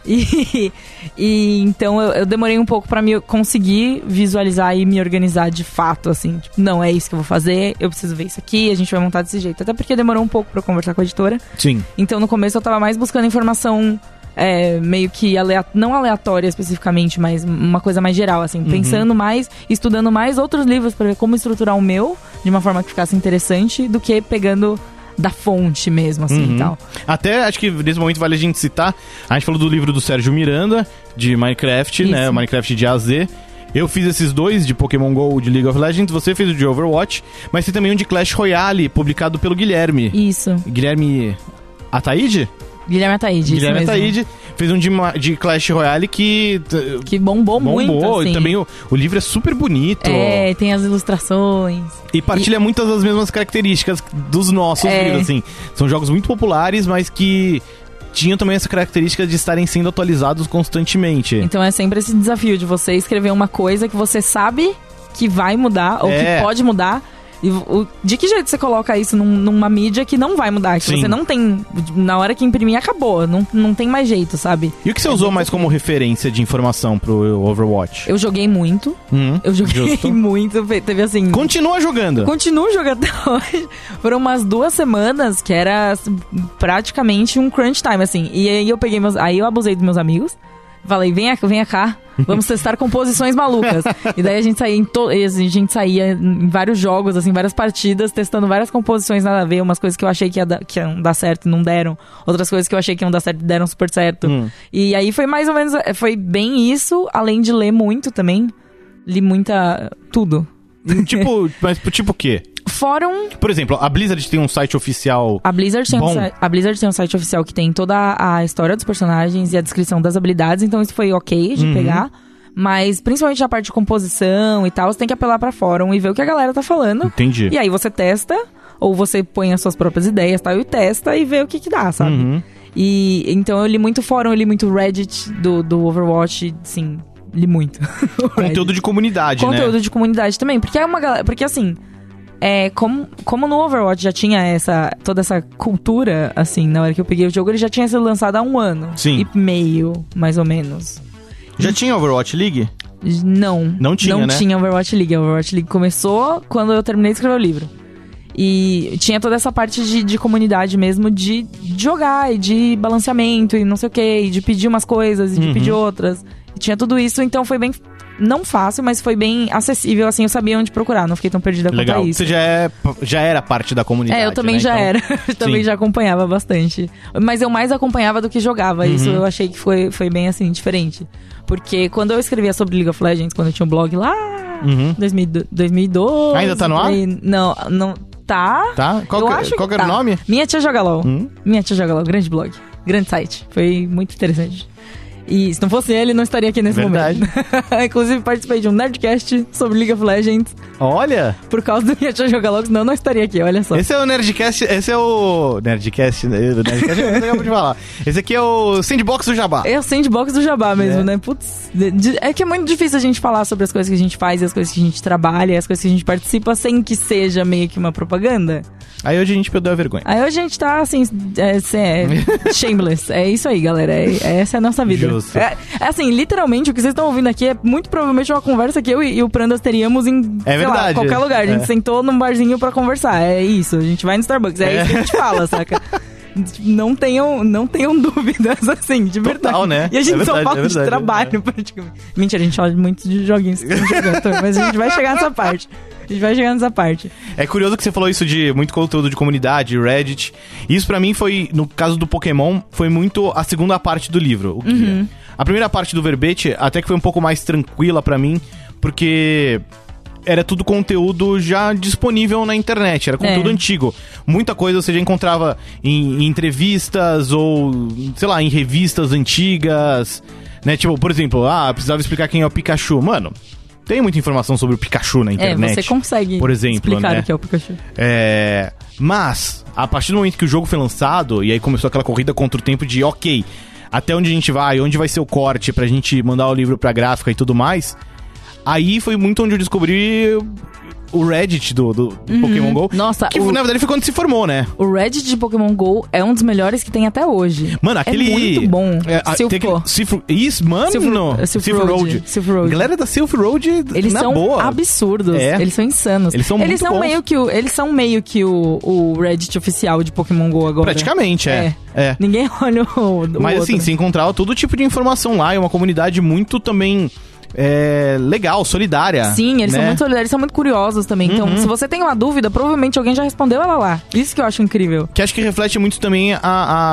B: E, e então eu, eu demorei um pouco pra me conseguir visualizar e me organizar de fato, assim. Tipo, não, é isso que eu vou fazer, eu preciso ver isso aqui, a gente vai montar desse jeito. Até porque demorou um pouco pra eu conversar com a editora.
A: Sim.
B: Então no começo eu tava mais buscando informação é, meio que alea- não aleatória especificamente, mas uma coisa mais geral, assim,
A: Uhum.
B: pensando mais, estudando mais outros livros pra ver como estruturar o meu de uma forma que ficasse interessante, do que pegando da fonte mesmo, assim
A: Uhum.
B: e tal.
A: Até acho que nesse momento vale a gente citar. A gente falou do livro do Sérgio Miranda, de Minecraft,
B: Isso.
A: né? Minecraft de A a Z. Eu fiz esses dois, de Pokémon GO e de League of Legends, você fez o de Overwatch, mas tem também um de Clash Royale, publicado pelo Guilherme.
B: Isso.
A: Guilherme. Ataíde?
B: Guilherme Ataíde.
A: Guilherme
B: isso mesmo.
A: Ataíde fez um de, ma- de Clash Royale que t-
B: Que bombou, muito,
A: bombou.
B: assim.
A: E também o, o livro é super bonito.
B: É, tem as ilustrações.
A: E partilha muitas das mesmas características dos nossos
B: É.
A: livros, assim. São jogos muito populares, mas que tinham também essa característica de estarem sendo atualizados constantemente.
B: Então é sempre esse desafio de você escrever uma coisa que você sabe que vai mudar ou
A: É.
B: que pode mudar. E o- de que jeito você coloca isso num- numa mídia que não vai mudar? Que
A: Sim.
B: você não tem. Na hora que imprimir, acabou. Não, não tem mais jeito, sabe?
A: E o que você usou mais como referência de informação pro Overwatch?
B: Eu joguei muito.
A: Hum.
B: Eu joguei
A: Justo.
B: muito. fe- Teve assim.
A: Continua jogando.
B: Continuo jogando até hoje. Foram umas duas semanas que era assim, praticamente um crunch time, assim. E aí eu peguei meus. Aí eu abusei dos meus amigos. Falei, vem cá, vem cá, vamos testar composições malucas. e daí a gente saía em to... e a gente saía em vários jogos, assim, várias partidas, testando várias composições nada a ver, umas coisas que eu achei que, ia dar- que iam dar certo e não deram, outras coisas que eu achei que iam dar certo e deram super certo.
A: Hum.
B: E aí foi mais ou menos, eh, foi bem isso, além de ler muito também. Li muita. tudo.
A: tipo, mas tipo o quê?
B: Fórum
A: Por exemplo, a Blizzard tem um site oficial.
B: A Blizzard, tem
A: Bom.
B: um, si- a Blizzard tem um site oficial que tem toda a história dos personagens e a descrição das habilidades, então isso foi ok
A: Uhum.
B: de pegar. Mas principalmente na parte de composição e tal, você tem que apelar pra fórum e ver o que a galera tá falando.
A: Entendi.
B: E aí você testa, ou você põe as suas próprias ideias tal, e testa e vê o que que dá, sabe?
A: Uhum.
B: E então eu li muito fórum, eu li muito Reddit do, do Overwatch, sim, li muito. O Reddit
A: Conteúdo de comunidade,
B: conteúdo
A: né?
B: de comunidade também. Porque é uma galera. Porque assim. É, como, como no Overwatch já tinha essa toda essa cultura, assim, na hora que eu peguei o jogo, ele já tinha sido lançado há um ano
A: Sim.
B: e meio, mais ou menos.
A: Já tinha Overwatch League?
B: Não.
A: Não tinha,
B: Não
A: né?
B: tinha Overwatch League. A Overwatch League começou quando eu terminei de escrever o livro. E tinha toda essa parte de, de comunidade mesmo, de, de jogar e de balanceamento e não sei o que, e de pedir umas coisas e de
A: Uhum.
B: pedir outras. E tinha tudo isso, então foi bem não fácil, mas foi bem acessível, assim, eu sabia onde procurar, não fiquei tão perdida quanto a
A: Legal.
B: isso.
A: Você já, é, já era parte da comunidade.
B: É, eu também
A: né?
B: já
A: Então,
B: era. Eu também
A: sim.
B: já acompanhava bastante. Mas eu mais acompanhava do que jogava.
A: Uhum.
B: Isso eu achei que foi, foi bem assim, diferente. Porque quando eu escrevia sobre League of Legends, quando eu tinha um blog lá,
A: Uhum.
B: 2000 2012.
A: Ainda tá no ar?
B: aí- Não, não. Tá.
A: Tá? Qual,
B: eu
A: que,
B: acho
A: qual
B: que
A: que era
B: tá.
A: o nome?
B: Minha tia joga LOL.
A: Hum?
B: Minha tia joga LOL, grande blog, grande site. Foi muito interessante. E se não fosse ele, não estaria aqui nesse
A: Verdade.
B: momento. Inclusive, participei de um Nerdcast sobre League of Legends
A: Olha!
B: por causa do Minha Tia Joga LOL, senão eu não estaria aqui, olha só.
A: Esse é o Nerdcast. Esse é o. Nerdcast. né? Nerdcast é o que eu acabo de falar. Esse aqui é o Sandbox do Jabá.
B: É o sandbox do jabá mesmo,
A: É.
B: né? Putz, de- de- é que é muito difícil a gente falar sobre as coisas que a gente faz, e as coisas que a gente trabalha, e as coisas que a gente participa, sem que seja meio que uma propaganda.
A: Aí hoje a gente perdeu a vergonha.
B: Aí hoje a gente tá assim, é, se- é, shameless. É isso aí, galera. É, é- essa é a nossa vida.
A: Justo.
B: É, é assim, literalmente, o que vocês estão ouvindo aqui é muito provavelmente uma conversa que eu e, e o Prandas teríamos em
A: É
B: sei lá,
A: verdade.
B: qualquer lugar. A gente
A: É.
B: sentou num barzinho pra conversar. É isso. A gente vai no Starbucks. É,
A: É.
B: isso que a gente fala, saca? Não tenham, não tenham dúvidas, assim, de verdade.
A: né?
B: E a gente
A: É
B: só
A: verdade,
B: fala
A: é
B: de
A: verdade,
B: trabalho, praticamente. Mentira, a gente fala muito de joguinhos que a gente joga, então, mas a gente vai chegar nessa parte. A gente vai chegar nessa parte.
A: É curioso que você falou isso de muito conteúdo de comunidade, Reddit. Isso pra mim foi, no caso do Pokémon, foi muito a segunda parte do livro, o guia.
B: Uhum.
A: A primeira parte do verbete até que foi um pouco mais tranquila pra mim, porque era tudo conteúdo já disponível na internet, era conteúdo
B: É.
A: antigo. Muita coisa você já encontrava em, em entrevistas ou, sei lá, em revistas antigas, né? Tipo, por exemplo, ah, precisava explicar quem é o Pikachu. Mano, tem muita informação sobre o Pikachu na internet.
B: é, você consegue
A: por exemplo,
B: explicar
A: né?
B: o que é o Pikachu.
A: É, mas, a partir do momento que o jogo foi lançado, e aí começou aquela corrida contra o tempo de, ok, até onde a gente vai, onde vai ser o corte pra gente mandar o livro pra gráfica e tudo mais, aí foi muito onde eu descobri o Reddit do, do- do Pokémon GO.
B: Uhum. Nossa,
A: Que
B: o,
A: na verdade foi quando se formou, né?
B: o Reddit de Pokémon GO é um dos melhores que tem até hoje.
A: Mano, aquele.
B: É muito bom.
A: É, a-
B: Silph
A: tem aquele- Silph- Isso, mano!
B: Silph- Silph Road. Silph Road.
A: Galera da Silph Road,
B: Eles
A: na
B: são
A: boa.
B: absurdos.
A: É.
B: Eles são insanos.
A: Eles são muito bons.
B: meio que o, Eles são meio que o, o Reddit oficial de Pokémon GO agora.
A: Praticamente, é. é.
B: Ninguém olha o, o
A: Mas
B: outro.
A: assim, se encontrava todo tipo de informação lá, é uma comunidade muito também é, legal, solidária.
B: Sim, eles
A: né? Uhum.
B: são muito solidários, eles são muito curiosos também. Então, se você tem uma dúvida, provavelmente alguém já respondeu ela lá. Isso que eu acho incrível.
A: Que acho que reflete muito também a,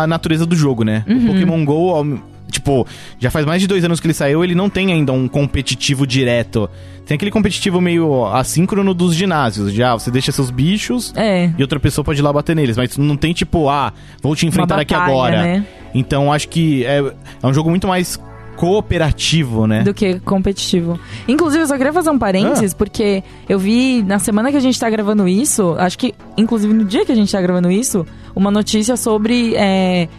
A: a natureza do jogo, né?
B: Uhum.
A: O Pokémon GO, ao- tipo, já faz mais de dois anos que ele saiu, ele não tem ainda um competitivo direto. Tem aquele competitivo meio assíncrono dos ginásios, já você deixa seus bichos...
B: É.
A: E outra pessoa pode ir lá bater neles, mas não tem tipo, ah, vou te enfrentar aqui
B: batalha,
A: agora.
B: né?
A: Então acho que é, é um jogo muito mais cooperativo, né?
B: do que competitivo. Inclusive, eu só queria fazer um parênteses,
A: Ah.
B: porque eu vi na semana que a gente tá gravando isso, acho que, inclusive no dia que a gente tá gravando isso, uma notícia sobre. É,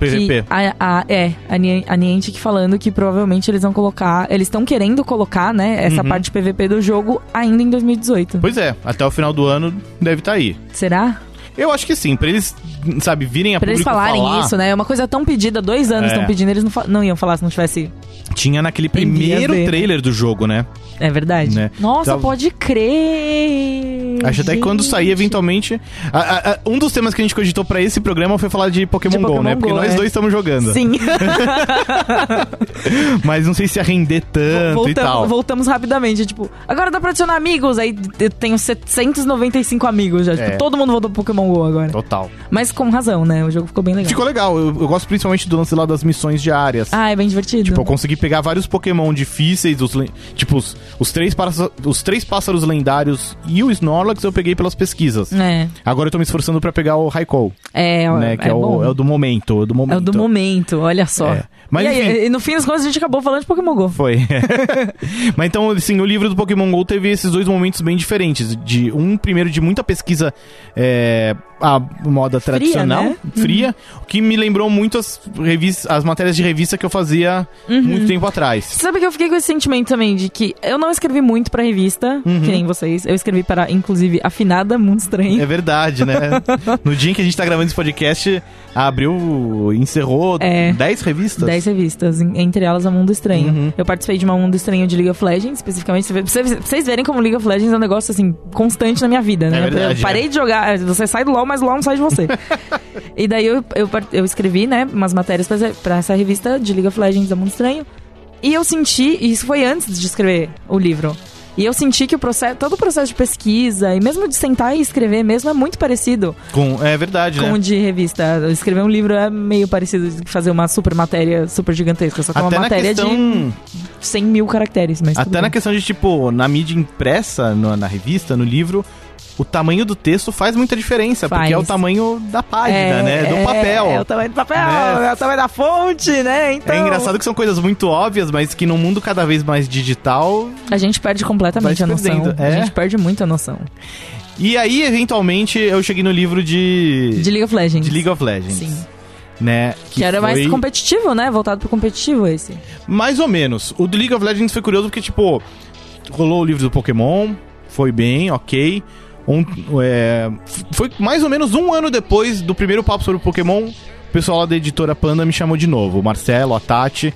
A: PVP.
B: que a, a- é, a, Ni- a Niantic falando que provavelmente eles vão colocar. Eles estão querendo colocar, né, essa parte de PVP do jogo ainda em 2018.
A: Uhum. Pois é, até o final do ano deve estar aí.
B: Será?
A: Eu acho que sim, pra eles, sabe, virem a
B: Pra eles
A: público
B: falarem
A: falar,
B: isso, né? É uma coisa tão pedida, dois anos
A: É.
B: estão pedindo, eles não, fa- não iam falar se não tivesse.
A: Tinha naquele
B: Tem dias
A: primeiro
B: dele.
A: trailer do jogo, né?
B: É verdade.
A: Né?
B: Nossa,
A: Então-
B: pode crer!
A: Acho até que quando sair,
B: gente.
A: eventualmente. a- a- a- um dos temas que a gente cogitou pra esse programa foi falar de Pokémon,
B: De Pokémon
A: GO, né?
B: Go,
A: Porque nós
B: é.
A: dois estamos jogando.
B: Sim.
A: Mas não sei se ia render tanto e tal.
B: voltamos, voltamos rapidamente. Tipo, agora dá pra adicionar amigos. Aí eu tenho 795 amigos já. Tipo,
A: É.
B: todo mundo voltou pro Pokémon GO agora.
A: Total.
B: Mas com razão, né? O jogo ficou bem legal.
A: Ficou legal, eu, eu gosto principalmente do lance lá das missões diárias.
B: Ah, é bem divertido.
A: Tipo, eu consegui pegar vários Pokémon difíceis, os, len- tipo, os, os três pássa- os três pássaros lendários e o Snorlax eu peguei pelas pesquisas.
B: É,
A: Agora eu tô me esforçando pra pegar o Raikou.
B: é,
A: né, que é,
B: bom.
A: o, é o do momento, é o do momento.
B: É o do momento, olha só.
A: É. Mas,
B: e, aí,
A: enfim.
B: e no fim das contas, a gente acabou falando de Pokémon GO.
A: Foi. Mas então, assim, o livro do Pokémon GO teve esses dois momentos bem diferentes. De um, primeiro, de muita pesquisa é, à moda tradicional,
B: né?
A: fria, o que me lembrou muito as, revis- as matérias de revista que eu fazia
B: Uhum.
A: muito tempo atrás.
B: Você sabe que eu fiquei com esse sentimento também de que eu não escrevi muito pra revista, que nem vocês. Eu escrevi para, inclusive, Afinada, Mundo Estranho.
A: Uhum. É verdade, né? no dia em que a gente tá gravando esse podcast, abriu, encerrou
B: É.
A: 10 revistas.
B: 10 revistas, en- entre elas a Mundo Estranho.
A: Uhum.
B: Eu participei de uma Mundo Estranho de League of Legends, especificamente. Pra vocês- pra vocês verem como League of Legends é um negócio, assim, constante na minha vida, né?
A: É verdade,
B: eu parei de jogar, você sai do LoL, mas o LoL não sai de você. e daí eu, eu, par- eu escrevi, né, umas matérias pra, essa- pra essa revista de League of Legends da Mundo Estranho. E eu senti, e isso foi antes de escrever o livro. E eu senti que o processo, todo o processo de pesquisa, e mesmo de sentar e escrever mesmo, é muito parecido
A: Com, é verdade,
B: com
A: né?
B: o de revista. Escrever um livro é meio parecido de fazer uma super matéria super gigantesca, só que é uma
A: Até na
B: matéria
A: questão.
B: de 100 mil caracteres. Mas tudo
A: Até na
B: bem.
A: questão de, tipo, na mídia impressa, no- na revista, no livro, o tamanho do texto faz muita diferença, porque
B: Faz.
A: é o tamanho da página, né? Do papel.
B: É, o tamanho do papel,
A: Né?
B: é o tamanho da fonte, né? Então,
A: É engraçado que são coisas muito óbvias, mas que num mundo cada vez mais digital.
B: A gente perde
A: Vai
B: completamente
A: se
B: a noção.
A: perdendo,
B: A
A: é.
B: gente perde muito a noção.
A: E aí, eventualmente, eu cheguei no livro de.
B: De League of Legends.
A: de League of Legends.
B: Sim.
A: Né?
B: Que, era mais
A: foi-
B: competitivo, né? Voltado pro competitivo esse.
A: Mais ou menos. O do League of Legends foi curioso porque, tipo, rolou o livro do Pokémon, foi bem, ok. Um, é, f- foi mais ou menos um ano depois do primeiro papo sobre o Pokémon, o pessoal lá da editora Panda me chamou de novo, o Marcelo, a Tati.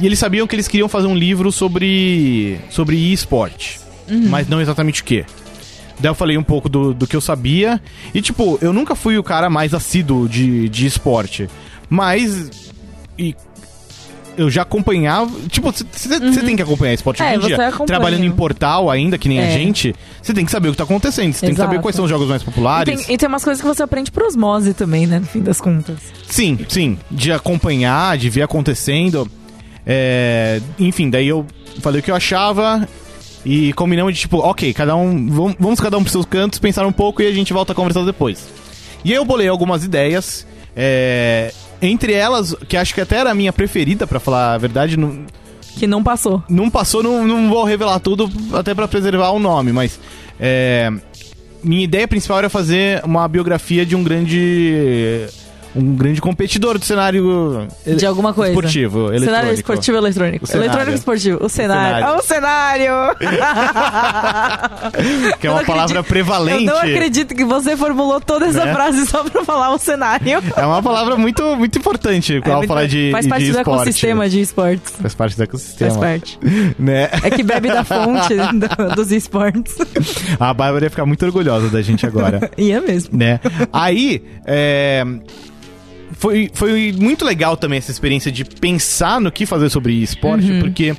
A: E eles sabiam que eles queriam fazer um livro sobre. sobre e-sport. Mas não exatamente o que. Daí eu falei um pouco do, do que eu sabia. E, tipo, eu nunca fui o cara mais assíduo de, de esporte. Mas. e- eu já acompanhava. Tipo, você tem que acompanhar esporte
B: É,
A: hoje em
B: você
A: dia.
B: acompanha.
A: Trabalhando em portal ainda, que nem a
B: É.
A: gente, você tem que saber o que tá acontecendo. Você tem que
B: Exato.
A: saber quais são os jogos mais
B: E
A: populares.
B: tem, e tem umas coisas que você aprende por osmose também, né? No fim das contas.
A: Sim, sim. De acompanhar, de ver acontecendo. É, Enfim, daí eu falei o que eu achava e combinamos de tipo, ok, cada um. Vamos, vamos cada um pros seus cantos, pensar um pouco e a gente volta a conversar depois. E aí eu bolei algumas ideias. é, Entre elas, que acho que até era a minha preferida, pra falar a verdade, não,
B: Que não passou.
A: não passou, não, não vou revelar tudo, até pra preservar o nome, mas. é, minha ideia principal era fazer uma biografia de um grande. um grande competidor do cenário.
B: De alguma coisa.
A: Esportivo, eletrônico.
B: Cenário esportivo eletrônico.
A: O cenário.
B: Eletrônico esportivo. O cenário.
A: cenário.
B: Ah, o cenário!
A: Que é uma
B: Eu não
A: palavra
B: acredito- Eu
A: prevalente.
B: não acredito que você formulou toda essa
A: Né?
B: frase só pra falar o cenário.
A: É uma palavra muito, muito importante quando ela
B: É muito-
A: fala de,
B: Faz parte
A: de
B: do
A: esporte.
B: ecossistema de esportes.
A: Faz parte do ecossistema.
B: Faz parte.
A: Né?
B: É que bebe da fonte do- dos esportes.
A: A Bárbara ia ficar muito orgulhosa da gente agora.
B: E é mesmo.
A: né? Aí, é, Foi, foi muito legal também essa experiência de pensar no que fazer sobre esporte,
B: Uhum.
A: porque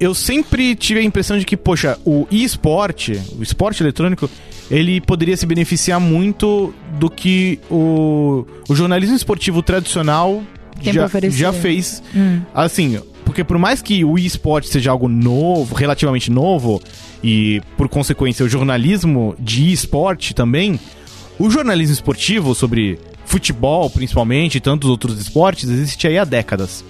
A: eu sempre tive a impressão de que, poxa, o e-esporte, o esporte eletrônico, ele poderia se beneficiar muito do que o, o jornalismo esportivo tradicional
B: Tem
A: já,
B: pra oferecer.
A: já fez.
B: Hum.
A: Assim, porque por mais que o esporte seja algo novo, relativamente novo, e por consequência o jornalismo de esporte também, o jornalismo esportivo sobre futebol principalmente e tantos outros esportes existe aí há décadas.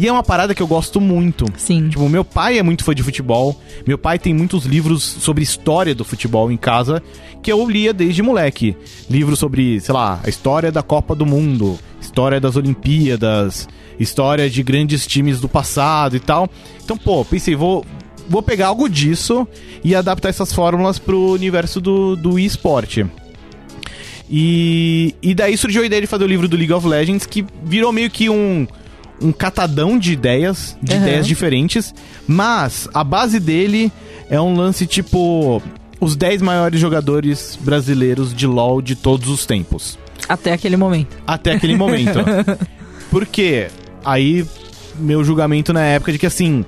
A: E é uma parada que eu gosto muito.
B: Sim.
A: Tipo, meu pai é muito fã de futebol. Meu pai tem muitos livros sobre história do futebol em casa que eu lia desde moleque. Livros sobre, sei lá, a história da Copa do Mundo, história das Olimpíadas, história de grandes times do passado e tal. Então, pô, pensei, vou, vou pegar algo disso e adaptar essas fórmulas pro universo do, do esporte. E, e daí surgiu a ideia de fazer o livro do League of Legends, que virou meio que um, um catadão de ideias, de
B: Aham.
A: ideias diferentes, mas a base dele é um lance tipo os 10 maiores jogadores brasileiros de LoL de todos os tempos.
B: Até aquele momento.
A: Até aquele momento. Porque aí meu julgamento na época de que assim,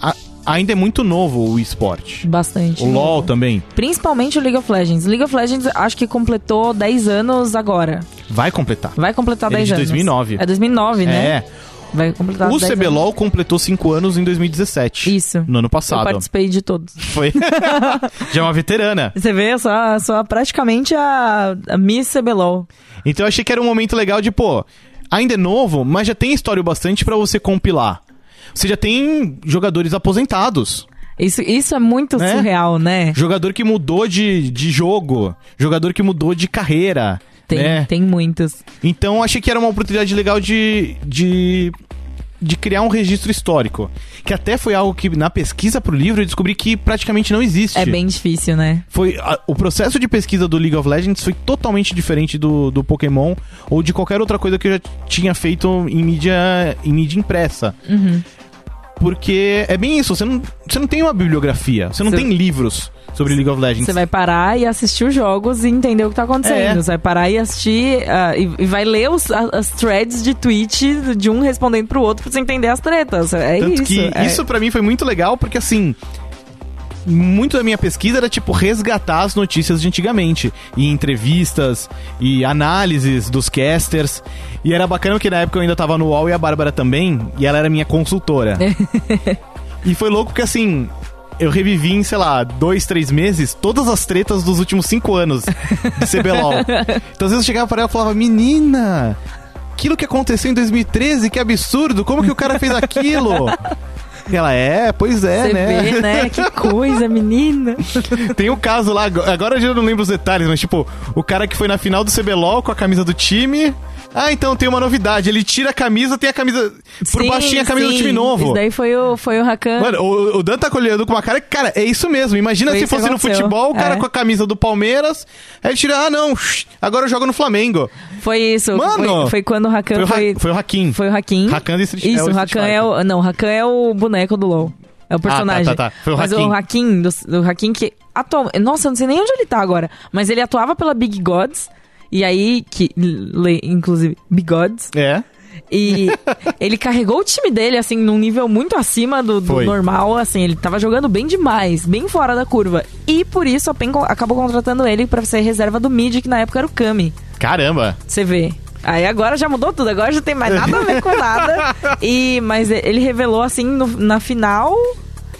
A: a- ainda é muito novo o esporte.
B: Bastante.
A: O LoL também.
B: Principalmente o League of Legends. League of Legends acho que completou 10 anos agora.
A: Vai completar.
B: Vai completar
A: Ele
B: 10
A: de
B: anos.
A: 2009.
B: É 2009, né?
A: É.
B: Vai completar
A: O é
B: 10
A: CBLOL
B: Tá, anos.
A: completou 5 anos em 2017.
B: Isso.
A: No ano
B: Eu
A: passado.
B: participei de todos.
A: Foi. Já é uma veterana.
B: Você vê, só, só praticamente a, a Miss CBLOL.
A: Então eu achei que era um momento legal de, pô, ainda é novo, mas já tem história o bastante pra você compilar. Você já tem jogadores aposentados.
B: Isso, isso é muito
A: Né?
B: surreal, né?
A: Jogador que mudou de, de jogo. Jogador que mudou de carreira.
B: Tem,
A: né?
B: tem muitos.
A: Então achei que era uma oportunidade legal de, de, de criar um registro histórico. Que até foi algo que na pesquisa pro livro eu descobri que praticamente não existe.
B: É bem difícil, né?
A: Foi a- o processo de pesquisa do League of Legends foi totalmente diferente do, do Pokémon ou
B: Uhum.
A: de qualquer outra coisa que eu já tinha feito em mídia em mídia impressa. Porque é bem isso, você não, você não tem uma bibliografia, você não
B: Você-
A: tem livros sobre League of Legends.
B: Você vai parar e assistir os jogos e entender o que tá acontecendo.
A: É.
B: Você vai parar e assistir ah, e, e vai ler os- a- as threads de tweet de um respondendo pro outro pra você entender as tretas. É
A: Tanto
B: isso.
A: que
B: é.
A: isso pra mim foi muito legal, porque assim. Muito da minha pesquisa era, tipo, resgatar as notícias de antigamente. E entrevistas, e análises dos casters. E era bacana porque na época eu ainda tava no UOL e a Bárbara também, e ela era minha consultora. e foi louco porque, assim, eu revivi em, sei lá, dois, três meses, todas as tretas dos últimos cinco anos de CBLOL. então, às vezes eu chegava pra ela e falava, menina, aquilo que aconteceu em 2013, que absurdo, como que o cara fez aquilo? E ela, é, pois é,
B: Você
A: né?
B: vê, né? Que coisa, menina.
A: Tem um caso lá, ag- agora eu já não lembro os detalhes, mas tipo, o cara que foi na final do CBLOL com a camisa do time. Ah, então tem uma novidade, ele tira a camisa, tem a camisa. Por
B: Sim,
A: baixo tinha a camisa é do
B: sim.
A: time novo.
B: Isso daí é- foi o, foi o Rakan.
A: Mano, o, o Dan tá colhendo com uma cara que, cara, é isso mesmo. Imagina
B: Foi
A: se
B: isso que
A: fosse no
B: aconteceu.
A: futebol, o cara
B: É.
A: com a camisa do Palmeiras, aí ele tira, ah não, agora eu jogo no Flamengo.
B: Foi isso.
A: Mano!
B: Foi, foi quando o Rakan
A: Foi, o
B: foi.
A: Ra- foi o Hakim.
B: Foi o Rakan.
A: Rakan do Street é
B: Isso, o
A: Street
B: Rakan é
A: Fighter.
B: o. Não, o Rakan é o boneco do LoL. É o personagem.
A: tá, tá. Foi o
B: Mas
A: Hakim.
B: o Hakim, do, do Hakim que atua. Nossa, eu não sei nem onde ele tá agora. Mas ele atuava pela Big Gods. E aí, que. le- Inclusive, Big Gods.
A: É.
B: E ele carregou o time dele, assim, num nível muito acima do, do
A: Foi.
B: normal, assim. Ele tava jogando bem demais, bem fora da curva. E por isso a PEN con- acabou contratando ele pra ser reserva do mid, que na época era o Kami.
A: Caramba.
B: Você vê. Aí agora já mudou tudo, agora já tem mais nada a ver com nada. E, mas e- ele revelou, assim, no- na final...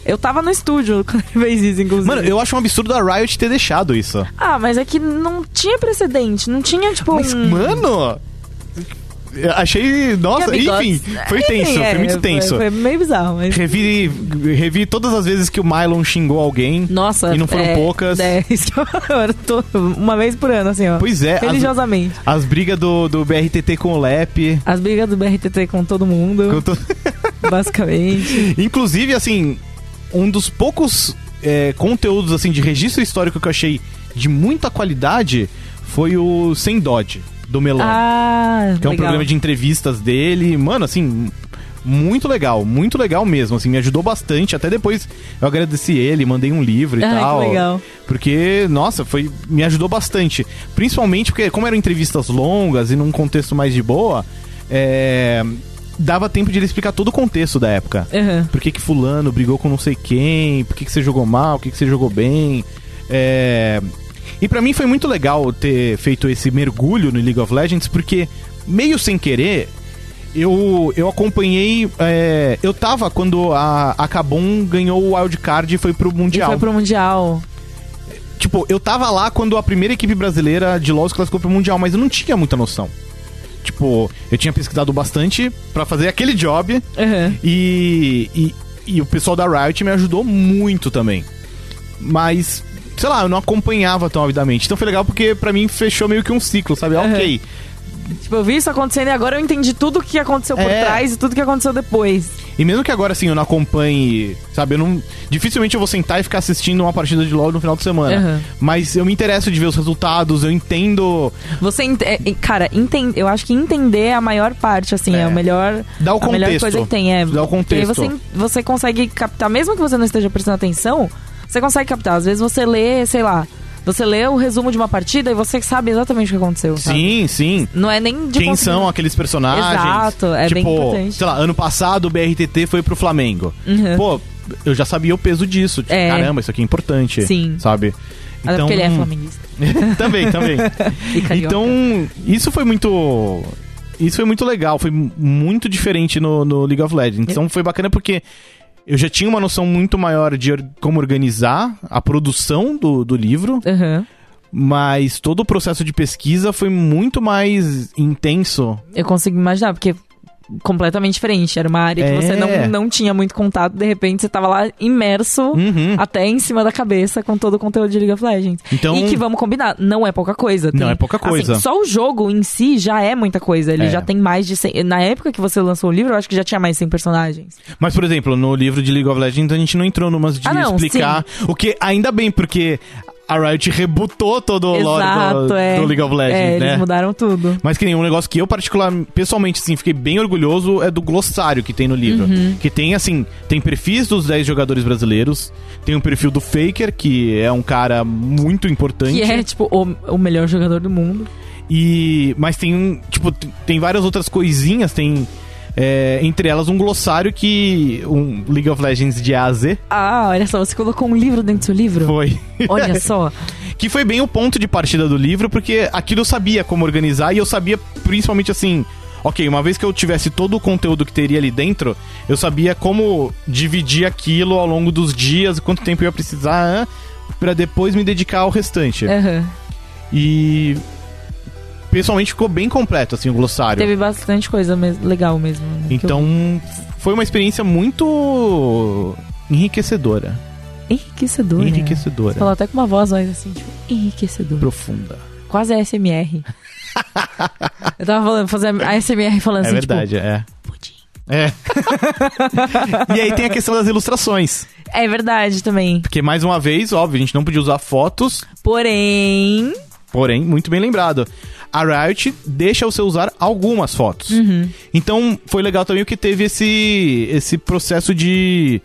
B: Eu tava no estúdio quando ele fez isso, inclusive.
A: Mano, eu acho um absurdo a Riot ter deixado isso.
B: Ah, mas é que não tinha precedente, não tinha, tipo,
A: Mas,
B: um...
A: mano. eu Achei. Nossa,
B: Gabi Gods.
A: enfim, foi
B: Enfim,
A: tenso,
B: é,
A: foi muito tenso.
B: Foi, meio bizarro, mas...
A: Revi, revi todas as vezes que o Mylon xingou alguém.
B: Nossa,
A: E não foram
B: é,
A: poucas.
B: É, isso que eu eu tô uma vez por ano, assim, ó.
A: Pois é, as,
B: Religiosamente.
A: as brigas do, do BRTT com o Lep.
B: As brigas do BRTT com todo mundo,
A: eu tô-
B: basicamente.
A: Inclusive, assim, um dos poucos é, conteúdos assim de registro histórico que eu achei de muita qualidade foi o Sem Dodge, do Melon.
B: Ah,
A: que é um
B: legal.
A: programa de entrevistas dele. Mano, assim, muito legal, muito legal mesmo. Assim, me ajudou bastante. Até depois eu agradeci ele, mandei um livro e
B: Ai, que
A: tal.
B: legal.
A: Porque, nossa, foi me ajudou bastante. Principalmente porque, como eram entrevistas longas e num contexto mais de boa, é, dava tempo de ele explicar todo o contexto da época
B: Aham.
A: por que, que fulano brigou com não sei quem, por que, que você jogou mal, por que, que você jogou bem. É... E pra mim foi muito legal ter feito esse mergulho no League of Legends, porque meio sem querer, eu, eu acompanhei. é, Eu tava quando a, a Kabum ganhou o wildcard e foi pro
B: E
A: Mundial.
B: foi pro Mundial.
A: Tipo, eu tava lá quando a primeira equipe brasileira de LoL se classificou pro Mundial, mas eu não tinha muita noção. Tipo, eu tinha pesquisado bastante pra fazer aquele job.
B: Aham.
A: E, e, e o pessoal da Riot me ajudou muito também. Mas, sei lá, eu não acompanhava tão avidamente. Então foi legal porque pra mim fechou meio que um ciclo, sabe? Ah,
B: Aham.
A: Ok.
B: Tipo, eu vi isso acontecendo e agora eu entendi tudo que aconteceu por
A: É.
B: trás e tudo que aconteceu depois.
A: E mesmo que agora assim eu não acompanhe, sabe? Eu não, dificilmente eu vou sentar e ficar assistindo uma partida de LoL no final de semana.
B: Aham.
A: Mas eu me interesso de ver os resultados, eu entendo.
B: Você, ente- é, é, cara, enten- eu acho que entender é a maior parte, assim, é,
A: É.
B: o melhor,
A: Dá o
B: a melhor
A: contexto.
B: coisa que tem, é.
A: Dá o
B: E aí
A: contexto.
B: você, você consegue captar, mesmo que você não esteja prestando atenção, você consegue captar. Às vezes você lê, sei lá, você lê o resumo de uma partida e você sabe exatamente o que aconteceu. sabe?
A: Sim, sim.
B: Não é nem de
A: Quem
B: conseguir-
A: são aqueles personagens? Tipo,
B: Exato, é bem importante.
A: Sei lá, ano passado o BRTT foi pro Flamengo.
B: Uhum.
A: é. Pô, eu já sabia o peso disso. Tipo,
B: É.
A: Caramba, isso aqui é importante.
B: Sim.
A: Sabe?
B: Até
A: então
B: porque ele é flamenguista.
A: também, também.
B: E carioca.
A: um Então, isso foi muito. Isso foi muito legal, foi muito diferente no, no League of Legends. Então foi bacana porque eu já tinha uma noção muito maior de or- como organizar a produção do, do livro,
B: Aham.
A: mas todo o processo de pesquisa foi muito mais intenso.
B: Eu consigo imaginar, porque é completamente diferente. Era uma área que
A: É.
B: você não, não tinha muito contato, de repente você tava lá imerso.
A: Uhum.
B: Até em cima da cabeça com todo o conteúdo de League of Legends.
A: Então,
B: E que vamos combinar, não é pouca coisa. tem-
A: Não é pouca
B: assim,
A: coisa.
B: só o jogo em si já é muita coisa. Ele
A: É.
B: já tem mais de 100. Na época que você lançou o livro, eu acho que já tinha mais de 100 personagens.
A: Mas, por exemplo, no livro de League of Legends a gente não entrou numas de
B: Ah, não,
A: explicar. O que ainda bem, porque a Riot rebutou todo o lore
B: Exato,
A: do,
B: é.
A: do League of Legends,
B: é,
A: né?
B: eles mudaram tudo.
A: Mas que nem um negócio que eu particular, pessoalmente, assim, fiquei bem orgulhoso é do glossário que tem no livro.
B: Uhum.
A: Que tem, assim, tem perfis dos 10 jogadores brasileiros, tem um perfil do Faker, que é um cara muito importante.
B: Que é, tipo, o, o melhor jogador do mundo.
A: E. Mas tem um. Tipo, t- tem várias outras coisinhas, tem. é, entre elas um glossário que. Um League of Legends de A a Z
B: Ah, olha só, você colocou um livro dentro do seu livro?
A: foi.
B: Olha só.
A: que foi bem o ponto de partida do livro, porque aquilo eu sabia como organizar e eu sabia principalmente assim. Ok, uma vez que eu tivesse todo o conteúdo que teria ali dentro, eu sabia como dividir aquilo ao longo dos dias, quanto tempo eu ia precisar, para depois me dedicar ao restante.
B: Aham.
A: E. Pessoalmente ficou bem completo, assim, o glossário.
B: Teve bastante coisa mes- legal mesmo. né, que eu-
A: Então, foi uma experiência muito enriquecedora.
B: Enriquecedora.
A: Enriquecedora.
B: né? Falou até com uma voz mais assim, tipo, enriquecedora.
A: Profunda.
B: Quase ASMR. eu tava falando, fazer ASMR falando
A: É
B: assim,
A: verdade, é.
B: tipo, pudim.
A: É. e aí tem a questão das ilustrações.
B: É verdade também.
A: Porque, mais uma vez, óbvio, a gente não podia usar fotos,
B: Porém.
A: porém, muito bem lembrado. A Riot deixa você usar algumas fotos. Então, foi legal também que teve esse, esse processo de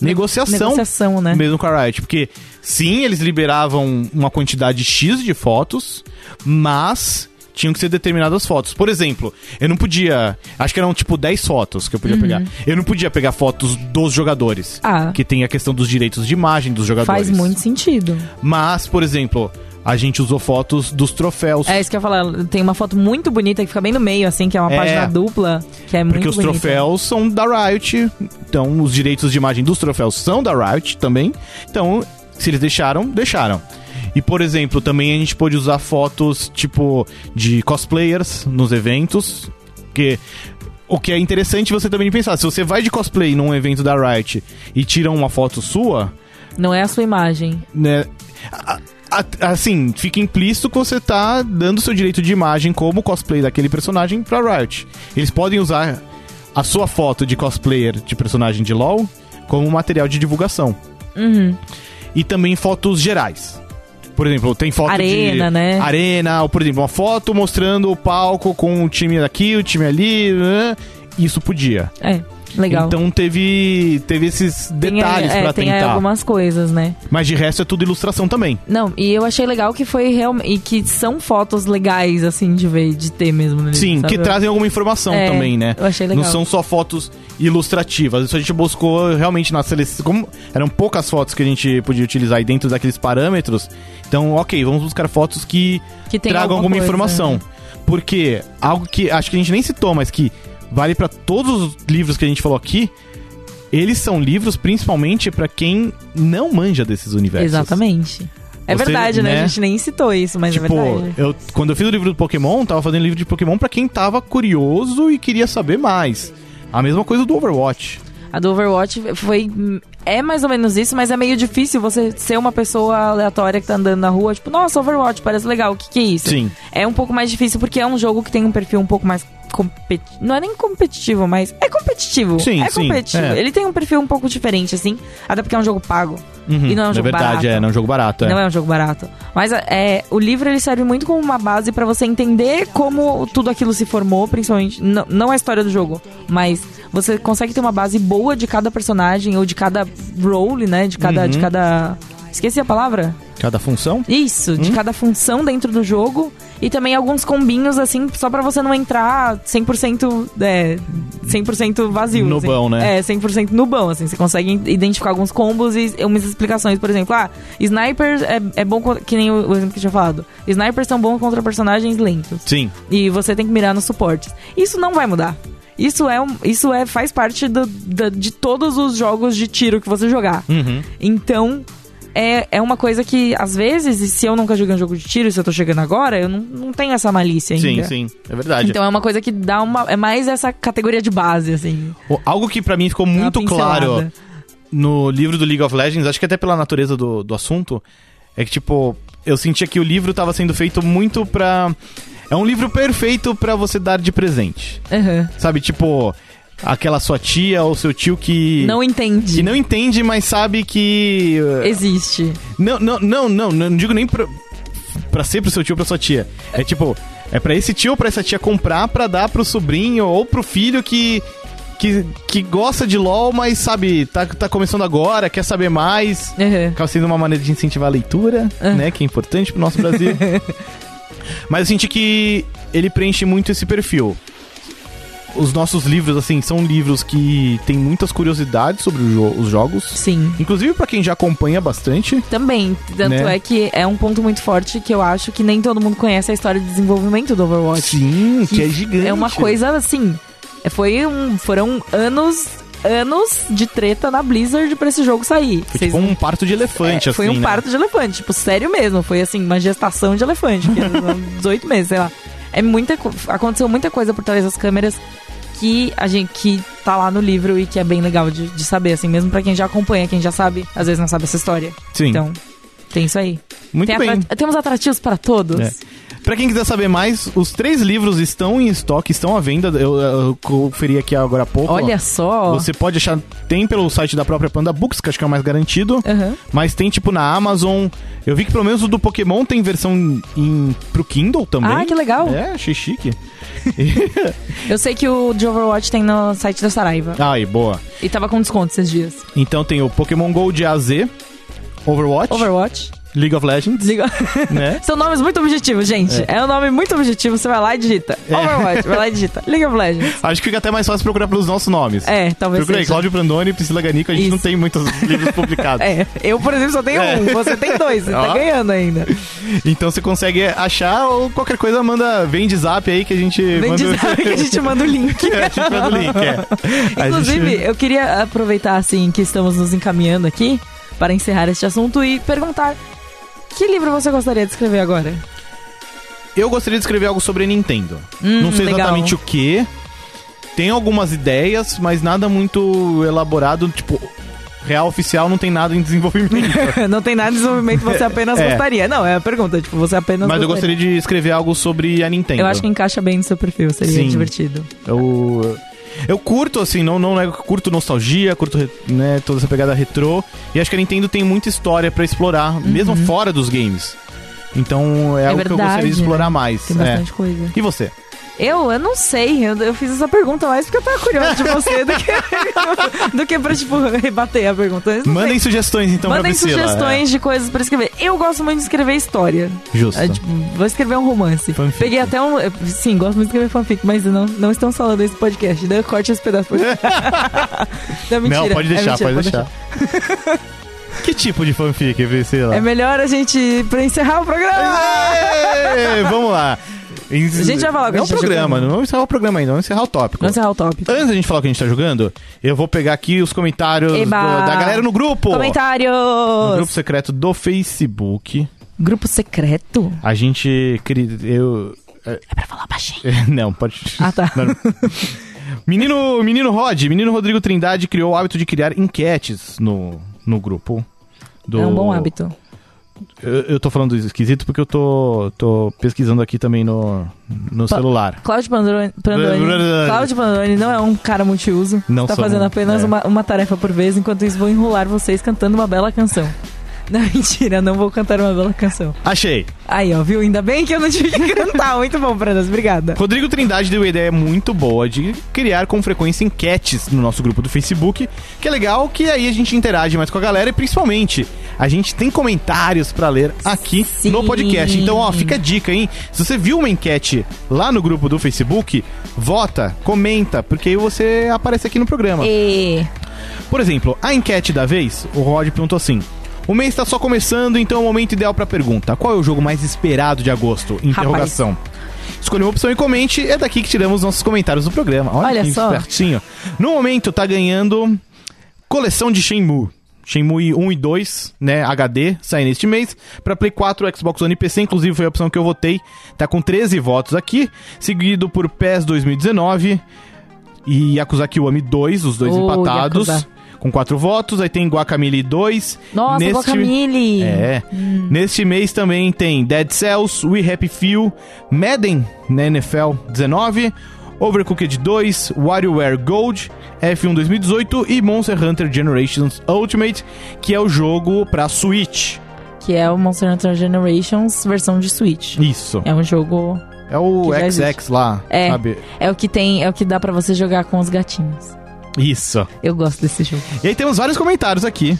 A: negociação
B: Negociação, né?
A: mesmo com a Riot. Porque, sim, eles liberavam uma quantidade X de fotos, mas tinham que ser determinadas fotos. Por exemplo, eu não podia. Acho que eram tipo 10 fotos que eu podia pegar. Eu não podia pegar fotos dos jogadores.
B: Uhum. Ah.
A: Que tem a questão dos direitos de imagem dos jogadores.
B: Faz muito sentido.
A: Mas, por exemplo, a gente usou fotos dos troféus.
B: É isso que eu ia falar. Tem uma foto muito bonita que fica bem no meio, assim, que é uma
A: É.
B: página dupla, que é
A: Porque
B: muito
A: os
B: bonita.
A: troféus são da Riot, então os direitos de imagem dos troféus são da Riot também. Então, se eles deixaram, deixaram. E, por exemplo, também a gente pôde usar fotos, tipo, de cosplayers nos eventos. Porque o que é interessante você também pensar, se você vai de cosplay num evento da Riot e tira uma foto sua,
B: Não é a sua imagem.
A: né? a- a- Assim, fica implícito que você tá dando seu direito de imagem como cosplay daquele personagem pra Riot. Eles podem usar a sua foto de cosplayer de personagem de LoL como material de divulgação.
B: Uhum.
A: E também fotos gerais. Por exemplo, tem foto
B: Arena,
A: de...
B: né?
A: Arena, ou por exemplo, uma foto mostrando o palco com o time daqui, o time ali. né? Isso podia.
B: É, legal.
A: Então teve, teve esses
B: Tem aí-
A: detalhes
B: é,
A: pra
B: tem aí
A: tentar.
B: algumas coisas, né?
A: Mas de resto é tudo ilustração também.
B: Não, e eu achei legal que foi realmente. E que são fotos legais, assim, de ver, de ter mesmo. né,
A: Sim,
B: sabe?
A: que trazem alguma informação
B: É,
A: também, né?
B: eu achei legal.
A: Não são só fotos ilustrativas. Isso a gente buscou realmente na seleção. Como eram poucas fotos que a gente podia utilizar aí dentro daqueles parâmetros, então, ok, vamos buscar fotos que,
B: Que tem
A: tragam alguma,
B: alguma coisa. né?
A: informação. Porque algo que acho que a gente nem citou, mas que vale pra todos os livros que a gente falou aqui, eles são livros principalmente pra quem não manja desses universos.
B: Exatamente. É
A: Você,
B: verdade, né?
A: né?
B: A gente nem citou isso, mas
A: Tipo,
B: é verdade.
A: eu, quando eu fiz o livro do Pokémon, tava fazendo livro de Pokémon pra quem tava curioso e queria saber mais. A mesma coisa do Overwatch.
B: A do Overwatch foi. É mais ou menos isso, mas é meio difícil você ser uma pessoa aleatória que tá andando na rua, tipo, nossa, Overwatch, parece legal, o que, que é isso?
A: Sim.
B: É um pouco mais difícil porque é um jogo que tem um perfil um pouco mais competitivo. Não é nem competitivo, mas é competitivo.
A: Sim,
B: é
A: sim,
B: competitivo.
A: é.
B: Ele tem um perfil um pouco diferente, assim, até porque é um jogo pago.
A: Uhum,
B: E não é um jogo
A: verdade,
B: barato.
A: é, não é um jogo barato. É.
B: Não é um jogo barato. Mas é, o livro ele serve muito como uma base pra você entender como tudo aquilo se formou, principalmente. n- Não a história do jogo, mas você consegue ter uma base boa de cada personagem ou de cada role, né? De cada.
A: Uhum.
B: De cada... Esqueci a palavra?
A: Cada função?
B: Isso, de cada função dentro do jogo. E também alguns combinhos, assim, só pra você não entrar 100%, é, 100 vazio. assim.
A: Nubão, né?
B: É, 100% nubão, assim. Você consegue identificar alguns combos e umas explicações. Por exemplo, ah, sniper é, é bom, contra- que nem o o exemplo que eu tinha falado. Snipers são bons contra personagens lentos.
A: Sim.
B: E você tem que mirar nos suportes. Isso não vai mudar. Isso é, um- isso é faz parte do- da- de todos os jogos de tiro que você jogar.
A: Uhum.
B: Então, é, é uma coisa que, às vezes, e se eu nunca joguei um jogo de tiro, e se eu tô chegando agora, eu não, não tenho essa malícia
A: Sim,
B: ainda.
A: sim. É verdade.
B: Então é uma coisa que dá uma. É mais essa categoria de base, assim.
A: O- Algo que pra mim ficou
B: uma
A: muito
B: pincelada.
A: claro no livro do League of Legends, acho que até pela natureza do, do assunto, é que, tipo, eu sentia que o livro tava sendo feito muito pra. É um livro perfeito pra você dar de presente.
B: Aham.
A: Sabe, tipo, aquela sua tia ou seu tio que.
B: Não
A: que
B: entende.
A: não entende, mas sabe que. eh,
B: Existe.
A: Não, não, não, não, não digo nem pra, pra ser pro seu tio ou pra sua tia. É tipo, é pra esse tio ou pra essa tia comprar pra dar pro sobrinho ou pro filho que. Que, que gosta de LOL, mas sabe, tá, tá começando agora, quer saber mais.
B: Uhum.
A: Acaba sendo uma maneira de incentivar a leitura,
B: Ah.
A: né? Que é importante pro nosso Brasil. Mas eu senti que ele preenche muito esse perfil. Os nossos livros, assim, são livros que têm muitas curiosidades sobre o jo- os jogos.
B: Sim.
A: Inclusive pra quem já acompanha bastante.
B: Também, tanto
A: Né?
B: é que é um ponto muito forte que eu acho que nem todo mundo conhece a história de desenvolvimento do Overwatch.
A: Sim, que é gigante.
B: É uma coisa assim. Foi um, foram anos, anos de treta na Blizzard pra esse jogo sair.
A: Foi
B: Vocês
A: tipo um parto de elefante,
B: É,
A: assim.
B: Foi um
A: né?
B: parto de elefante, tipo, sério mesmo. Foi assim, uma gestação de elefante. porque eram 18 meses, sei lá. É muita, co- aconteceu muita coisa por trás das câmeras que a gente que tá lá no livro e que é bem legal de, de saber, assim, mesmo pra quem já acompanha, quem já sabe, às vezes não sabe essa história.
A: Sim,
B: Então, tem isso aí.
A: muito
B: Tem
A: bem.
B: atra- Temos atrativos pra todos.
A: É. Pra quem quiser saber mais, os três livros estão em estoque, estão à venda. Eu, eu conferi aqui agora há pouco.
B: Olha só.
A: Você pode achar, tem pelo site da própria Panda Books, que acho que é o mais garantido.
B: Aham.
A: Mas tem, tipo, na Amazon. Eu vi que pelo menos o do Pokémon tem versão em, em- pro Kindle também.
B: Ah, que legal.
A: É, achei chique.
B: Eu sei que o de Overwatch tem no site da Saraiva.
A: Ai, Ah, boa.
B: E tava com desconto esses dias.
A: Então tem o Pokémon Go de AZ, Overwatch,
B: Overwatch.
A: League of Legends,
B: Desliga.
A: né?
B: São nomes muito objetivos, gente. É. um nome muito objetivo. Você vai lá e digita.
A: É.
B: Overwatch, vai lá e digita. League of Legends.
A: Acho que fica até mais fácil procurar pelos nossos nomes.
B: É, talvez
A: Procurei
B: seja.
A: Cláudio Brandoni e Priscila Ganico, a gente
B: Isso.
A: não tem muitos livros publicados.
B: É, eu, por exemplo, só tenho
A: É.
B: um. Você tem dois. Você tá
A: Ó.
B: ganhando ainda.
A: Então você consegue achar ou qualquer coisa, manda, vem de zap aí que a gente
B: Vem
A: manda. um É,
B: dizer que a gente manda o link.
A: a gente manda o link, é. A
B: Inclusive,
A: gente-
B: eu queria aproveitar, assim, que estamos nos encaminhando aqui para encerrar este assunto e perguntar que livro você gostaria de escrever agora?
A: eu gostaria de escrever algo sobre a Nintendo.
B: Hum,
A: não sei
B: legal.
A: exatamente o que. Tem algumas ideias, mas nada muito elaborado, tipo, real oficial não tem nada em desenvolvimento.
B: Não tem nada de desenvolvimento, você apenas
A: É.
B: gostaria. Não, é a pergunta. Tipo, você apenas
A: mas eu gostaria de escrever algo sobre a Nintendo.
B: Eu acho que encaixa bem no seu perfil. Seria
A: Sim.
B: divertido.
A: Eu, eu curto, assim, não, não nego que curto nostalgia, curto re- né, toda essa pegada retrô. E acho que a Nintendo tem muita história pra explorar, mesmo fora dos games. Então é, algo que eu
B: Uhum. verdade,
A: gostaria de explorar
B: né?
A: mais.
B: Tem
A: é.
B: bastante coisa.
A: E você?
B: Eu, eu não sei, eu, eu fiz essa pergunta mais porque eu tava curiosa de você do que, do que pra, tipo, rebater a pergunta. Eu não
A: Mandem
B: sei.
A: sugestões então
B: Mandem
A: pra Priscila.
B: sugestões de coisas pra escrever. Eu gosto muito de escrever história.
A: É, justo.
B: É, tipo, vou escrever um romance.
A: Fanfic.
B: Peguei até um. eu- Sim, gosto muito de escrever fanfic, mas não, não estamos falando esse podcast. Né? Corte esse pedaço. Por... não, mentira.
A: não, pode
B: É
A: deixar,
B: mentira,
A: pode deixar. que tipo de fanfic, Priscila?
B: É melhor a gente pra encerrar o programa.
A: Ê, Vamos lá. A
B: gente vai falar o que
A: Não
B: a
A: o
B: gente tá
A: programa,
B: jogando.
A: não vamos encerrar o programa ainda, vamos encerrar o tópico.
B: Vamos encerrar o tópico.
A: Antes da gente falar o que a gente tá jogando, eu vou pegar aqui os comentários do-
B: Eba!
A: da galera no grupo.
B: Comentários!
A: No grupo secreto do Facebook.
B: Grupo secreto?
A: A gente. cri- Eu.
B: É pra falar baixinho.
A: Não, pode.
B: Ah, tá.
A: Não. Menino, menino Rod, menino Rodrigo Trindade criou o hábito de criar enquetes no, no grupo. do-
B: É um bom hábito.
A: Eu, eu tô falando esquisito porque eu tô, tô pesquisando aqui também no, no
B: Pa-
A: celular.
B: Cláudio Pandroni, Pandroni-
A: Pandroni.
B: Cláudio Pandroni não é um cara multiuso.
A: Não
B: tá
A: sou,
B: fazendo
A: não.
B: apenas
A: É.
B: uma, uma tarefa por vez. Enquanto isso, vou enrolar vocês cantando uma bela canção. Não, mentira, não vou cantar uma bela canção.
A: Achei!
B: Aí, ó, viu? Ainda bem que eu não tive que cantar. Muito bom, Brandas. Obrigada.
A: Rodrigo Trindade deu a ideia muito boa de criar com frequência enquetes no nosso grupo do Facebook, que é legal que aí a gente interage mais com a galera e principalmente a gente tem comentários pra ler aqui
B: Sim.
A: no podcast. Então, ó, fica a dica, hein? Se você viu uma enquete lá no grupo do Facebook, vota, comenta, porque aí você aparece aqui no programa.
B: E...
A: Por exemplo, a enquete da vez, o Rod perguntou assim: o mês está só começando, então é o momento ideal para pergunta. Qual é o jogo mais esperado de agosto? Interrogação. Escolha uma opção e comente. É daqui que tiramos nossos comentários do programa. Olha,
B: Olha
A: que
B: só.
A: espertinho. No momento tá ganhando coleção de Shenmue. Shenmue 1 e 2, né, HD, saem neste mês. Pra Play 4, Xbox One e PC, inclusive foi a opção que eu votei. Tá com 13 votos aqui, seguido por PES 2019 e Yakuza Kiwami 2, os dois
B: Oh,
A: empatados.
B: Yakuza.
A: Com 4 votos, aí tem Guacamole 2.
B: Nossa,
A: Neste-
B: Guacamole! Hum.
A: é. Neste mês né, também tem Dead Cells, We Happy Few, Madden na NFL 19, Overcooked 2, WarioWare Gold, F1 2018 e Monster Hunter Generations Ultimate, que é o jogo pra Switch.
B: Que é o Monster Hunter Generations versão de Switch.
A: Isso.
B: É um jogo.
A: É o
B: Que já
A: XX
B: existe.
A: lá,
B: É.
A: sabe?
B: É o que tem. É o que dá pra você jogar com os gatinhos.
A: Isso.
B: Eu gosto desse jogo.
A: E aí temos vários comentários aqui.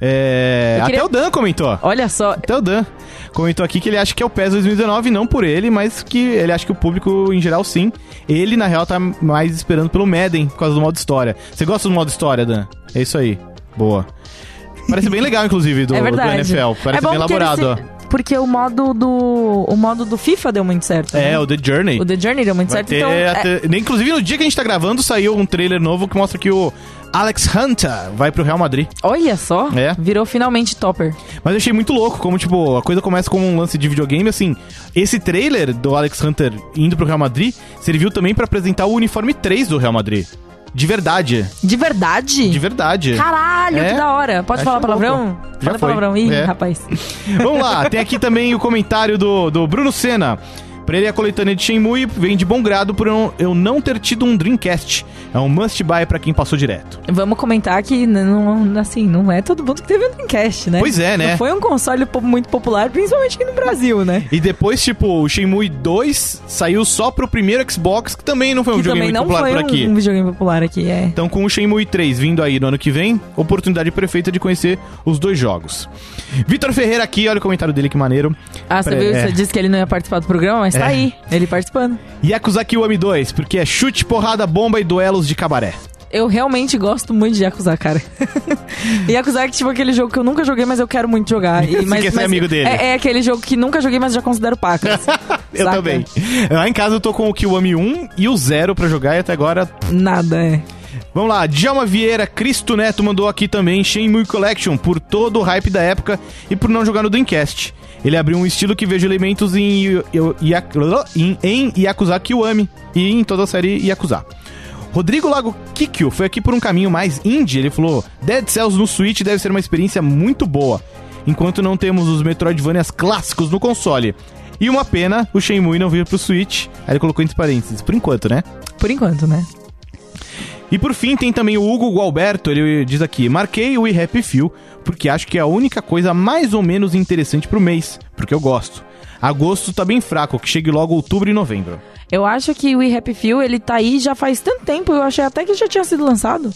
A: É,
B: Eu queria-
A: Até o Dan comentou.
B: Olha só.
A: Até o Então, Dan comentou aqui que ele acha que é o PES 2019, não por ele, mas que ele acha que o público em geral sim. Ele, na real, tá mais esperando pelo Madden por causa do modo história. Você gosta do modo história, Dan? É isso aí. Boa. Parece bem legal, inclusive, do,
B: é
A: do
B: verdade.
A: NFL. Parece
B: É bom
A: bem
B: porque
A: elaborado,
B: eles se- Porque o modo do. O modo do FIFA deu muito certo.
A: ó. É,
B: né?
A: o The Journey.
B: o The Journey deu muito
A: Vai
B: certo.
A: ter
B: Então, é-
A: até- nem- Inclusive, no dia que a gente tá gravando, saiu um trailer novo que mostra que o Alex Hunter vai pro Real Madrid.
B: olha só.
A: É.
B: Virou finalmente topper.
A: Mas eu achei muito louco como, tipo, a coisa começa com um lance de videogame, assim. Esse trailer do Alex Hunter indo pro Real Madrid serviu também pra apresentar o uniforme 3 do Real Madrid. De verdade.
B: De verdade?
A: De verdade.
B: Caralho,
A: É.
B: que da hora. Pode
A: Acho
B: falar
A: louco.
B: palavrão?
A: Já
B: Fala
A: foi.
B: palavrão. Ih,
A: É.
B: rapaz.
A: Vamos lá, tem aqui também o comentário do, do Bruno Senna. Pra ele, a coletânea de Shenmue vem de bom grado por eu, eu não ter tido um Dreamcast. É um must-buy pra quem passou direto.
B: Vamos comentar que não, assim, não é todo mundo que teve um Dreamcast, né?
A: Pois é, né?
B: Não foi um console po- muito popular, principalmente aqui no Brasil, né?
A: E depois, tipo, o Shenmue 2 saiu só pro primeiro Xbox, que também não foi um
B: que
A: videogame
B: também
A: muito
B: não
A: popular por
B: foi um,
A: aqui.
B: um videogame popular aqui, é.
A: Então, com o Shenmue 3 vindo aí no ano que vem, oportunidade perfeita de conhecer os dois jogos. Vitor Ferreira aqui, olha o comentário dele, que maneiro.
B: Ah, você
A: Pre-
B: viu?
A: é.
B: Você disse que ele não ia participar do programa, mas
A: É.
B: tá aí, ele participando.
A: Yakuzaki Wami 2, porque é chute, porrada, bomba e duelos de cabaré.
B: Eu realmente gosto muito de Yakuza, cara. Yakuza é tipo aquele jogo que eu nunca joguei, mas eu quero muito jogar. E,
A: Você
B: mas,
A: quer ser
B: mas
A: amigo dele.
B: É, é aquele jogo que nunca joguei, mas já considero pacas.
A: Eu
B: Saca?
A: também. Lá em casa eu tô com o Kiwami 1 e o 0 pra jogar e até agora.
B: Nada, é.
A: Vamos lá, Djalma Vieira, Cristo Neto mandou aqui também Shenmue Collection por todo o hype da época e por não jogar no Dreamcast. Ele abriu um estilo que vejo elementos em, Yu- Yu- Yak- em, em Yakuza Kiwami e em toda a série Yakuza. Rodrigo Lago Kikyo foi aqui por um caminho mais indie. Ele falou: Dead Cells no Switch deve ser uma experiência muito boa, enquanto não temos os Metroidvanias clássicos no console. E uma pena o Shenmue não vir pro Switch. Aí ele colocou entre parênteses, por enquanto, né?
B: Por enquanto, né?
A: E por fim tem também o Hugo Gualberto, ele diz aqui: "Marquei o Happy Feel porque acho que é a única coisa mais ou menos interessante pro mês, porque eu gosto. Agosto tá bem fraco, que chegue logo outubro e novembro.
B: Eu acho que o We Happy Few, ele tá aí já faz tanto tempo, eu achei até que já tinha sido lançado.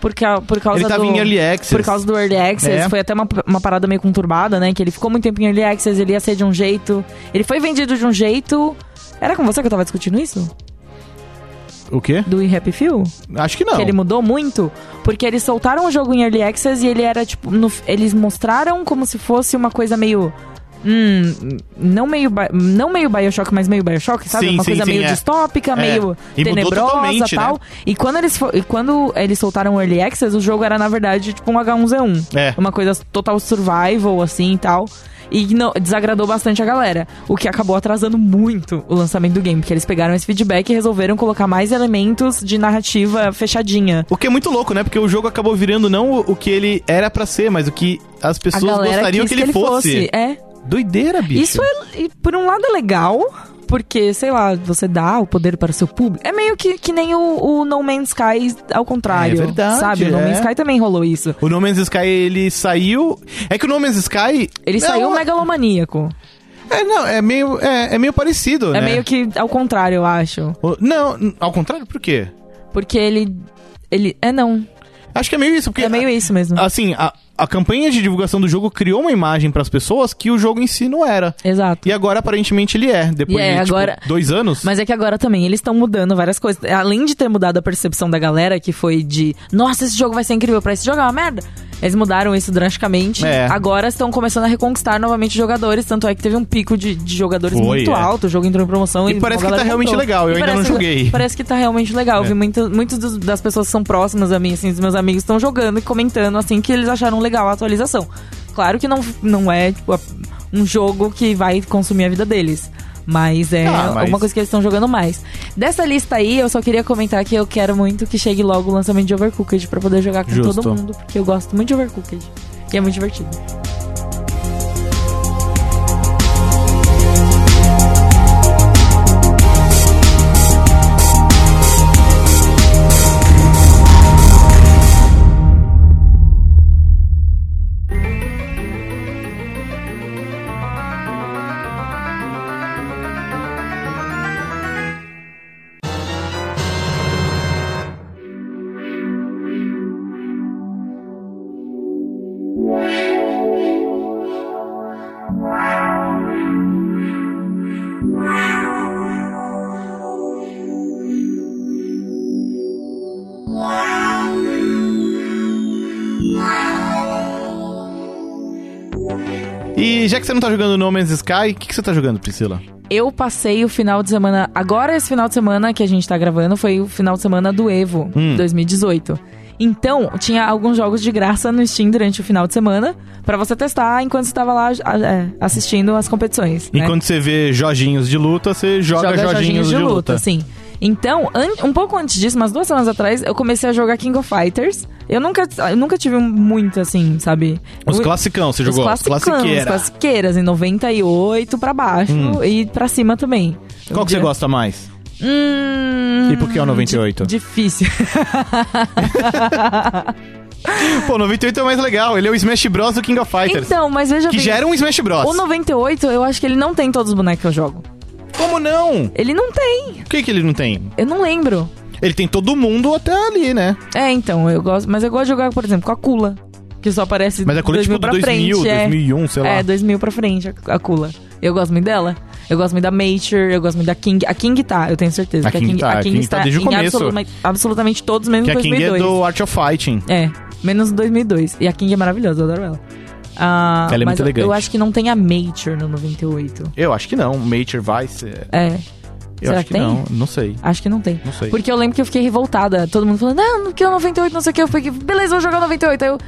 B: Por, ca- por causa
A: ele tava
B: do...
A: em early access.
B: Por causa do Early Access,
A: É.
B: foi até uma, uma parada meio conturbada, né? Que ele ficou muito tempo em Early Access, ele ia ser de um jeito. Ele foi vendido de um jeito. Era com você que eu tava discutindo isso?
A: O quê?
B: Do Happy Few?
A: Acho que não.
B: Que ele mudou muito? Porque eles soltaram o jogo em Early Access e ele era tipo. no- eles mostraram como se fosse uma coisa meio. Hum, não meio, Bi- não meio Bioshock, mas meio Bioshock, sabe?
A: Sim,
B: uma
A: sim,
B: coisa
A: sim,
B: meio
A: é.
B: distópica,
A: É.
B: meio
A: E mudou
B: tenebrosa
A: totalmente,
B: e tal.
A: né?
B: E, quando eles fo- e quando eles soltaram o Early Access, o jogo era, na verdade, tipo um H1Z1.
A: É.
B: Uma coisa total survival, assim e tal. E não- desagradou bastante a galera. O que acabou atrasando muito o lançamento do game. Porque eles pegaram esse feedback e resolveram colocar mais elementos de narrativa fechadinha.
A: O que é muito louco, né? Porque o jogo acabou virando não o o que ele era pra ser, mas o que as
B: A
A: pessoas
B: galera
A: gostariam
B: quis
A: que ele fosse.
B: É.
A: Doideira, bicho.
B: Isso é, e por um lado é legal, porque, sei lá, você dá o poder para o seu público. É meio que, que nem o, o No Man's Sky ao contrário.
A: É verdade,
B: Sabe? O No
A: é.
B: Man's Sky também rolou isso.
A: O No Man's Sky, ele saiu. É que o No Man's Sky.
B: Ele
A: Não,
B: saiu megalomaníaco.
A: É, não, é meio, é, é meio parecido, né?
B: É meio que ao contrário, eu acho.
A: O- Não, n- ao contrário, por quê?
B: Porque ele. Ele. É não.
A: Acho que é meio isso, porque.
B: É meio isso mesmo.
A: Assim, a, a campanha de divulgação do jogo criou uma imagem pras pessoas que o jogo em si não era.
B: Exato.
A: E agora, aparentemente, ele é. Depois
B: E é,
A: de tipo,
B: agora-
A: dois anos.
B: Mas é que agora também eles estão mudando várias coisas. Além de ter mudado a percepção da galera, que foi de nossa, esse jogo vai ser incrível, pra esse jogo é uma merda. Eles mudaram isso drasticamente.
A: É.
B: Agora estão começando a reconquistar novamente os jogadores. Tanto é que teve um pico de, de jogadores
A: Foi,
B: muito
A: é.
B: alto. O jogo entrou em promoção.
A: E
B: a
A: parece que
B: galera
A: tá realmente
B: comprou.
A: legal, eu
B: E
A: ainda
B: parece
A: não
B: que-
A: joguei.
B: Parece que tá realmente legal.
A: É.
B: Eu Vi muito- muitos dos- das pessoas que são próximas a mim, assim, dos meus amigos, estão jogando e comentando, assim, que eles acharam legal a atualização. Claro que não, não é, tipo, a- um jogo que vai consumir a vida deles. Mas é
A: Ah, mas-
B: alguma coisa que eles estão jogando mais. Dessa lista aí, eu só queria comentar que eu quero muito que chegue logo o lançamento de Overcooked pra poder jogar com
A: Justo.
B: todo mundo, porque eu gosto muito de Overcooked. E é muito divertido.
A: E já que você não tá jogando No Man's Sky, o que, que você tá jogando, Priscila?
B: Eu passei o final de semana. Agora, esse final de semana que a gente tá gravando foi o final de semana do Evo
A: Hum.
B: 2018. Então, tinha alguns jogos de graça no Steam durante o final de semana pra você testar enquanto você tava lá a- é, assistindo as competições. né?
A: Enquanto você vê Jorginhos de luta, você joga, Jorginhos, de, luta.
B: Sim. Então, an- um pouco antes disso, umas duas semanas atrás, eu comecei a jogar King of Fighters. Eu nunca, eu nunca tive um muito assim, sabe?
A: Os
B: Eu-
A: classicão, você jogou?
B: os classicãs,
A: classiqueira. Hum.
B: classiqueiras, em 98 pra baixo e pra cima também.
A: Qual que você gosta mais?
B: Hum,
A: E por que é o 98?
B: di- difícil.
A: Pô, 98 é o mais legal. Ele é o Smash Bros do King of Fighters.
B: então, mas veja
A: que
B: bem.
A: já era um Smash Bros.
B: O 98, eu acho que ele não tem todos os bonecos que eu jogo.
A: Como não?
B: Ele não tem.
A: Por que, que ele não tem?
B: Eu não lembro.
A: Ele tem todo mundo até ali, né?
B: É, então, eu gosto. Mas eu gosto de jogar, por exemplo, com a Kula. Que só aparece
A: Mas a cor é
B: 2000
A: tipo
B: pra
A: 2000,
B: frente. é.
A: 2001, sei lá.
B: É, 2000 pra frente, a- a Kula. Eu gosto muito dela. Eu gosto muito da Mature, eu gosto muito da King. A King tá, eu tenho certeza.
A: A
B: que
A: King tá, a King tá desde o
B: em
A: começo.
B: absolutamente- absolutamente todos, menos
A: que a King
B: 2002.
A: é do Art of Fighting.
B: É, menos 2002. E a King é maravilhosa, eu adoro ela. Ah,
A: Ela é
B: mas
A: muito
B: eu-
A: elegante.
B: Eu acho que não tem a Mature no 98.
A: Eu acho que não. Mature Vice. é-
B: É,
A: Eu
B: Será
A: acho que,
B: que tem?
A: não. Não sei.
B: acho que não tem.
A: Não sei.
B: Porque eu lembro que eu fiquei revoltada. Todo mundo falando, não, que é o 98, não sei o que. Eu fiquei, beleza, vou jogar o 98. Aí eu,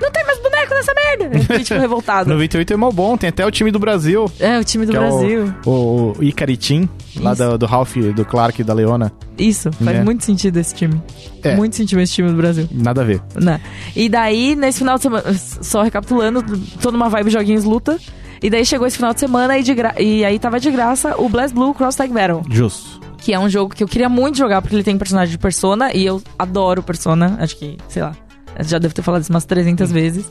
B: não tem mais boneco nessa merda. Eu fiquei, tipo, revoltada.
A: 98 é mal bom. Tem até o time do Brasil.
B: É, o time do
A: que é o-
B: Brasil.
A: O, o Icaritim, lá
B: Isso.
A: do, do Ralph, do Clark e da Leona.
B: Isso, faz
A: É.
B: muito sentido esse time.
A: É.
B: Muito sentido esse time do Brasil.
A: Nada a ver.
B: Né? E daí, nesse final de semana, só recapitulando, tô numa vibe joguinhos luta. E daí chegou esse final de semana e, de gra- e aí tava de graça o Blast Blue Cross Tag Battle.
A: Justo.
B: Que é um jogo que eu queria muito jogar, porque ele tem personagem de Persona, e eu adoro Persona, acho que, sei lá, eu já devo ter falado isso umas 300 vezes.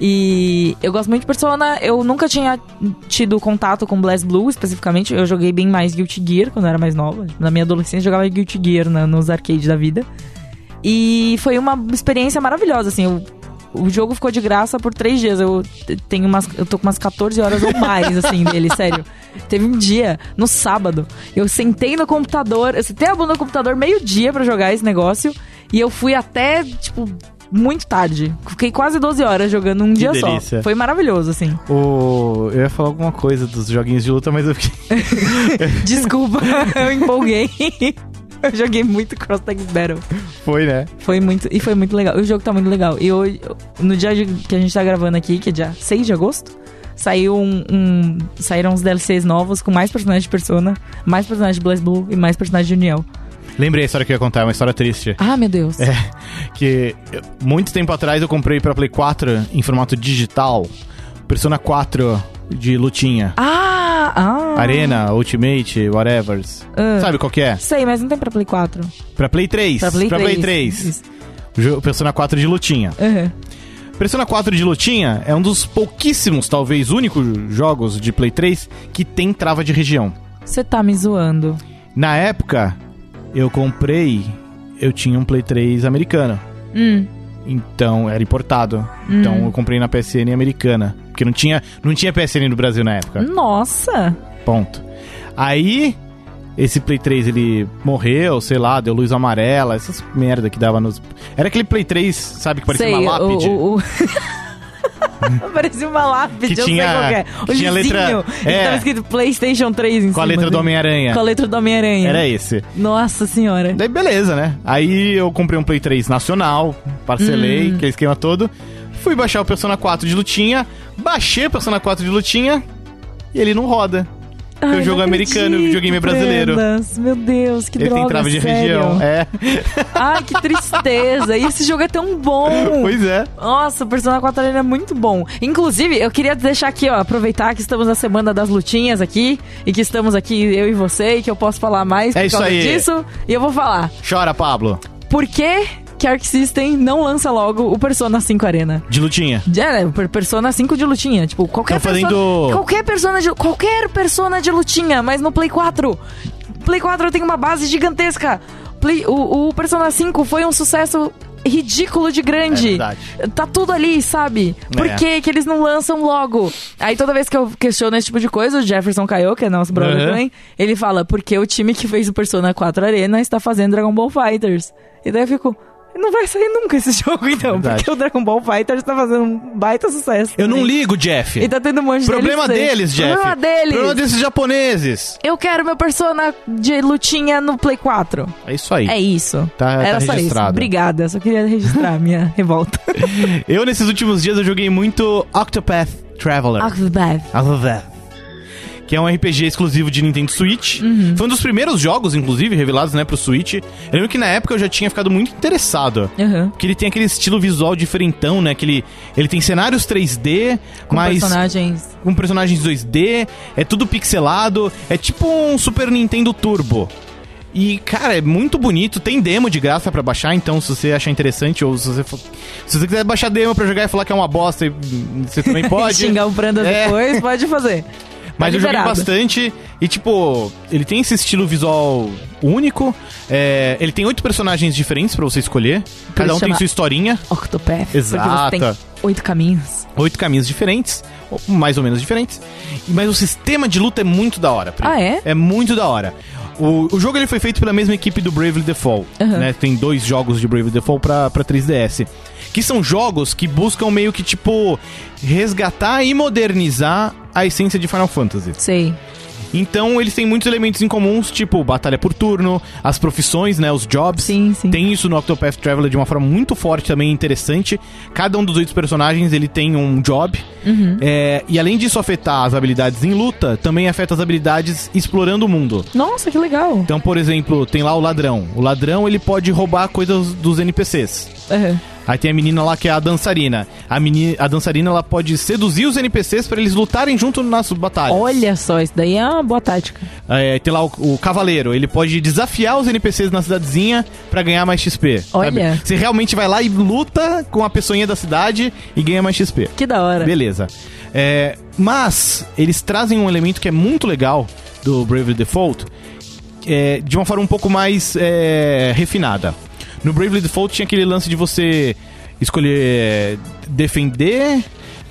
B: E eu gosto muito de Persona, eu nunca tinha tido contato com Blast Blue especificamente, eu joguei bem mais Guilty Gear quando eu era mais nova. Na minha adolescência eu jogava Guilty Gear na- nos arcades da vida. E foi uma experiência maravilhosa, assim, eu- o jogo ficou de graça por três dias. Eu te- tenho umas. Eu tô com umas 14 horas ou mais, assim, dele, sério. Teve um dia, no sábado, eu sentei no computador, eu sentei a bunda no computador meio-dia pra jogar esse negócio. E eu fui até, tipo, muito tarde. Fiquei quase 12 horas jogando um dia
A: delícia.
B: só. Foi maravilhoso, assim.
A: O... Eu ia falar alguma coisa dos joguinhos de luta, mas eu fiquei.
B: Desculpa, eu empolguei. Eu joguei muito Cross Tag Battle.
A: Foi, né?
B: Foi muito. E foi muito legal. O jogo tá muito legal. E hoje, no dia de- que a gente tá gravando aqui, que é dia 6 de agosto, saiu um, um- saíram uns DLCs novos com mais personagens de Persona, mais personagens de BlazBlue e mais personagens de União.
A: Lembrei a história que eu ia contar, é uma história triste.
B: Ah, meu Deus.
A: É. Que eu- muito tempo atrás eu comprei pra Play 4 em formato digital Persona 4 de lutinha.
B: Ah, ah.
A: Arena, Ultimate, whatever.
B: Ah.
A: Sabe qual que é?
B: Sei, mas não tem pra Play 4.
A: Pra Play 3.
B: Pra Play 3.
A: 3.
B: Isso.
A: O jogo- Persona 4 de lutinha.
B: Aham.
A: Persona 4 de lutinha é um dos pouquíssimos, talvez únicos jogos de Play 3 que tem trava de região.
B: Você tá me zoando.
A: Na época, eu comprei, eu tinha um Play 3 americano.
B: Hum.
A: Então, era importado. Então, eu comprei na PSN americana. Porque não tinha, não tinha PSN no Brasil na
B: Hum.
A: época.
B: Nossa!
A: Ponto. Aí, esse Play 3, ele morreu, sei lá, deu luz amarela, essas merda que dava nos... Era aquele Play 3, sabe, que parecia
B: sei,
A: uma lápide?
B: O, o, o... Parecia uma lápide,
A: Que
B: eu
A: tinha-
B: sei qual que é. O
A: que tinha
B: lisinho,
A: letra-
B: que
A: é.
B: tava escrito PlayStation 3 em
A: Com
B: cima.
A: a letra do
B: dele.
A: Homem-Aranha.
B: Com a letra do Homem-Aranha.
A: É. Era esse.
B: Nossa senhora.
A: Daí beleza, né? Aí eu comprei um Play 3 nacional, parcelei,
B: Hum.
A: que é o esquema todo. Fui baixar o Persona 4 de lutinha, baixei o Persona 4 de lutinha e ele não roda.
B: Ai,
A: um jogo é
B: não
A: americano,
B: acredito,
A: videogame brasileiro.
B: Brandas. Meu Deus, que
A: ele
B: droga,
A: tem trava de
B: sério.
A: região. É,
B: Ai, que tristeza. E esse jogo é tão bom.
A: pois é.
B: Nossa, o Persona 4 Arena é muito bom. Inclusive, eu queria deixar aqui, ó, aproveitar que estamos na semana das lutinhas aqui e que estamos aqui eu e você e que eu posso falar mais
A: É
B: por
A: isso
B: causa
A: aí.
B: disso. E eu vou falar.
A: Chora, Pablo.
B: Por que que Arc System não lança logo o Persona 5 Arena?
A: De lutinha.
B: É, per- Persona 5 de lutinha. Tipo, qualquer
A: Tão fazendo-
B: persona, qualquer persona de qualquer persona de lutinha, mas no Play 4. Play 4 tem uma base gigantesca. Play- o, o Persona 5 foi um sucesso ridículo de
A: É
B: grande.
A: verdade.
B: tá tudo ali, sabe? Por
A: É.
B: que que eles não lançam logo? Aí toda vez que eu questiono esse tipo de coisa, o Jefferson Caio, que é nosso brother
A: Uhum.
B: também, ele fala, porque o time que fez o Persona 4 Arena está fazendo Dragon Ball Fighters. E daí eu fico, Não vai sair nunca esse jogo, então.
A: Verdade.
B: Porque o Dragon Ball Fighter tá fazendo um baita sucesso.
A: Eu não
B: né?
A: ligo, Jeff.
B: E tá tendo um monte de
A: Então, Problema
B: DLC.
A: deles, Jeff.
B: Problema deles.
A: Problema desses japoneses.
B: Eu quero meu persona de lutinha no Play 4.
A: É isso aí.
B: É isso.
A: Tá, tá
B: Era só isso.
A: registrado.
B: Obrigada. Só queria registrar a minha revolta.
A: Eu, nesses últimos dias, eu joguei muito Octopath Traveler.
B: Octopath.
A: Octopath. Que é um RPG exclusivo de Nintendo Switch. Foi um dos primeiros jogos, inclusive, revelados, né, pro Switch. Eu lembro que na época eu já tinha ficado muito interessado.
B: Aham.
A: Porque ele tem aquele estilo visual diferentão, né? Que ele, ele tem cenários 3D,
B: Com
A: mas
B: personagens.
A: com personagens 2D, é tudo pixelado, é tipo um Super Nintendo Turbo. E, cara, é muito bonito, tem demo de graça pra baixar, então se você achar interessante, ou se você, for- se você quiser baixar demo pra jogar e falar que é uma bosta, e- você também pode.
B: Xingar o Branda
A: É.
B: depois, pode fazer.
A: Mas
B: Tá
A: eu joguei
B: liberado.
A: bastante e, tipo, ele tem esse estilo visual único. é, ele tem oito personagens diferentes pra você escolher. Cada um tem
B: chamar-
A: sua historinha.
B: Octopath.
A: Exata.
B: Porque você tem oito caminhos.
A: Oito caminhos diferentes, ou mais ou menos diferentes. Mas o sistema de luta é muito da hora. Pri.
B: Ah, é?
A: É muito da hora. O, o jogo ele foi feito pela mesma equipe do Bravely Default.
B: Aham.
A: Né? Tem dois jogos de Bravely Default pra, pra 3DS. Que são jogos que buscam meio que, tipo, resgatar e modernizar a essência de Final Fantasy.
B: Sei.
A: Então eles têm muitos elementos em comuns, tipo batalha por turno, as profissões, né, os jobs.
B: Sim, sim.
A: Tem isso no Octopath Traveler de uma forma muito forte também interessante. Cada um dos oito personagens ele tem um job. É, e além disso afetar as habilidades em luta, também afeta as habilidades explorando o mundo.
B: Nossa, que legal.
A: Então, por exemplo, tem lá o ladrão. O ladrão ele pode roubar coisas dos NPCs.
B: Aham.
A: Aí tem a menina lá que é a dançarina. A, meni, a dançarina ela pode seduzir os NPCs pra eles lutarem junto nas batalhas.
B: Olha só, isso daí é uma boa tática.
A: É, tem lá o, o cavaleiro, ele pode desafiar os NPCs na cidadezinha pra ganhar mais XP. sabe?
B: Olha.
A: Você realmente vai lá e luta com a pessoinha da cidade e ganha mais XP.
B: Que da hora.
A: Beleza. É, mas eles trazem um elemento que é muito legal do Bravely Default, é, de uma forma um pouco mais é, refinada. No Bravely Default tinha aquele lance de você escolher é, defender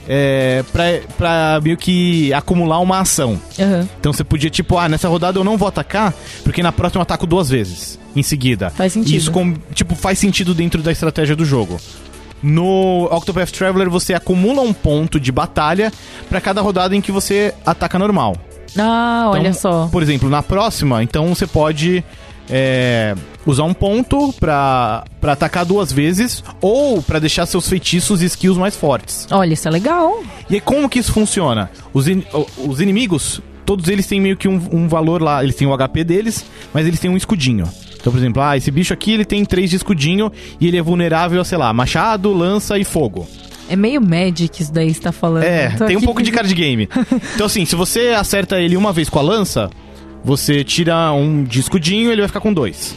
A: é, pra, pra meio que acumular uma ação.
B: Aham.
A: Então você podia, tipo, ah, nessa rodada eu não vou atacar, porque na próxima eu ataco duas vezes, em seguida.
B: Faz sentido.
A: Isso, com- tipo, faz sentido dentro da estratégia do jogo. No Octopath Traveler você acumula um ponto de batalha pra cada rodada em que você ataca normal.
B: Ah,
A: Então,
B: olha só.
A: Por exemplo, na próxima, então você pode é, usar um ponto pra, pra atacar duas vezes ou pra deixar seus feitiços e skills mais fortes.
B: Olha, isso é legal.
A: E aí, como que isso funciona? Os, in- o- os inimigos, todos eles têm meio que um, um valor lá, eles têm o HP deles, mas eles têm um escudinho. Então, por exemplo, ah, esse bicho aqui ele tem três de escudinho e ele é vulnerável a, sei lá, machado, lança e fogo.
B: É meio Magic isso daí que você tá falando.
A: É,
B: Tô
A: tem um
B: aqui
A: pouco de
B: pensando-
A: card game. Então, assim, se você acerta ele uma vez com a lança, você tira um de escudinho ele vai ficar com dois.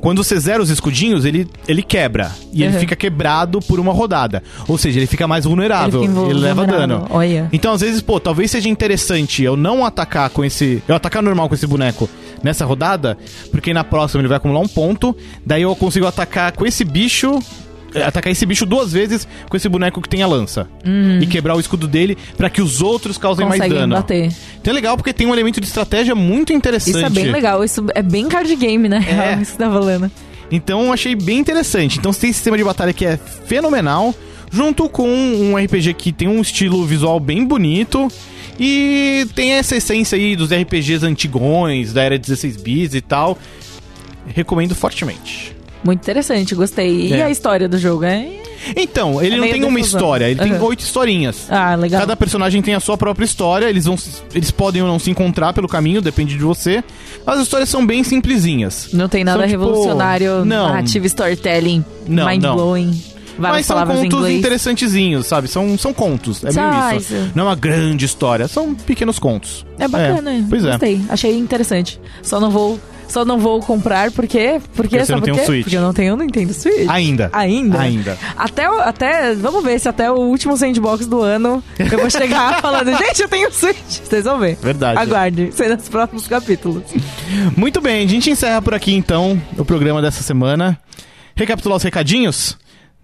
A: Quando você zera os escudinhos, ele, ele quebra. E ele
B: Uhum.
A: fica quebrado por uma rodada. Ou seja, ele fica mais vulnerável.
B: Ele fica
A: ele leva
B: vulnerável.
A: dano.
B: Olha.
A: Então, às vezes, pô, talvez seja interessante eu não atacar com esse. Eu atacar normal com esse boneco nessa rodada, porque na próxima ele vai acumular um ponto. Daí eu consigo atacar com esse bicho. eh, Atacar esse bicho duas vezes com esse boneco que tem a lança. E quebrar o escudo dele pra que os outros causem mais
B: Hum. Conseguem
A: dano.
B: bater.
A: Então é legal porque tem um elemento de estratégia muito interessante.
B: Isso é bem legal. Isso é bem card game, na real,
A: É.
B: isso que você tá falando.
A: Então eu achei bem interessante. Então você tem esse sistema de batalha que é fenomenal, junto com um RPG que tem um estilo visual bem bonito e tem essa essência aí dos RPGs antigões, da era 16 bits e tal. Recomendo fortemente.
B: Muito interessante, gostei. E
A: É.
B: a história do jogo, é?
A: Então, ele
B: É
A: não
B: meio
A: tem uma
B: defusão.
A: história, ele tem
B: Aham.
A: oito historinhas.
B: Ah, legal.
A: Cada personagem tem a sua própria história, eles, vão, se- eles podem ou não se encontrar pelo caminho, depende de você. Mas as histórias são bem simplesinhas.
B: Não tem nada
A: São, tipo,
B: revolucionário,
A: não.
B: narrativa, storytelling,
A: Não, não.
B: mind-blowing, várias
A: Mas são
B: palavras em
A: contos
B: inglês.
A: interessantezinhos, sabe? São, são contos. É
B: Ah,
A: meio isso.
B: isso.
A: Não é uma grande história, são pequenos contos.
B: É bacana,
A: É, pois é.
B: Gostei, achei interessante. Só não vou, só não vou comprar porque, porque,
A: você
B: sabe
A: não tem
B: por
A: um
B: quê?
A: Switch.
B: Porque eu não tenho, não entendo Switch.
A: Ainda.
B: Ainda?
A: Ainda.
B: Até, o- até, vamos ver se até o último sandbox do ano eu vou chegar falando, gente, eu tenho Switch. Vocês vão ver.
A: Verdade.
B: Aguarde, será nos próximos capítulos.
A: Muito bem, a gente encerra por aqui então o programa dessa semana. Recapitular os recadinhos?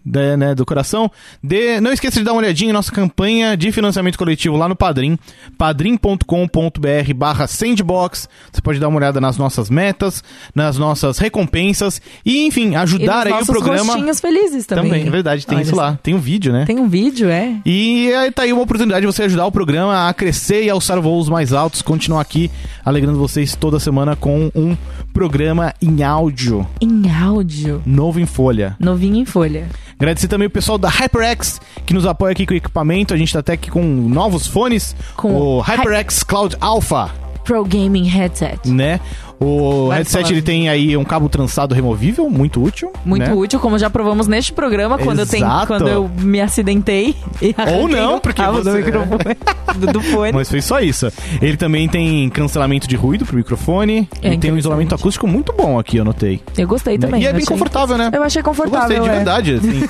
A: da- né, do coração. Dê- não esqueça de dar uma olhadinha em nossa campanha de financiamento coletivo lá no Padrim, padrim.com.br barra sandbox. Você pode dar uma olhada nas nossas metas, nas nossas recompensas e, enfim,
B: E nos
A: ajudar aí o
B: nossos
A: programa.
B: rostinhos felizes também. né?
A: é verdade, tem
B: Olha
A: isso lá. Tem um vídeo, né?
B: só. Tem um vídeo, é.
A: E aí tá aí uma oportunidade de você ajudar o programa a crescer e alçar voos mais altos, continuar aqui alegrando vocês toda semana com um programa em áudio,
B: Em áudio.
A: novo em folha.
B: Novinho em folha.
A: Agradecer também o pessoal da HyperX, que nos apoia aqui com o equipamento. A gente tá até aqui com novos fones,
B: Com
A: o
B: o
A: HyperX Cloud Alpha,
B: Pro Gaming Headset.
A: né? O
B: Vai
A: headset
B: falando.
A: ele tem aí um cabo trançado removível, muito útil.
B: Muito
A: né?
B: útil, como já provamos neste programa, quando eu, tenho,
A: Exato.
B: quando eu me acidentei. E arranquei
A: não,
B: o
A: porque
B: cabo do,
A: você-
B: microfone, do, do fone.
A: Mas foi só isso. Ele também tem cancelamento de ruído pro microfone.
B: É
A: ele tem um
B: interessante.
A: isolamento acústico muito bom aqui, eu notei.
B: Eu gostei também.
A: e é
B: eu
A: bem
B: achei-
A: confortável, né?
B: Eu achei
A: Eu
B: confortável.
A: gostei, de
B: é.
A: verdade. assim.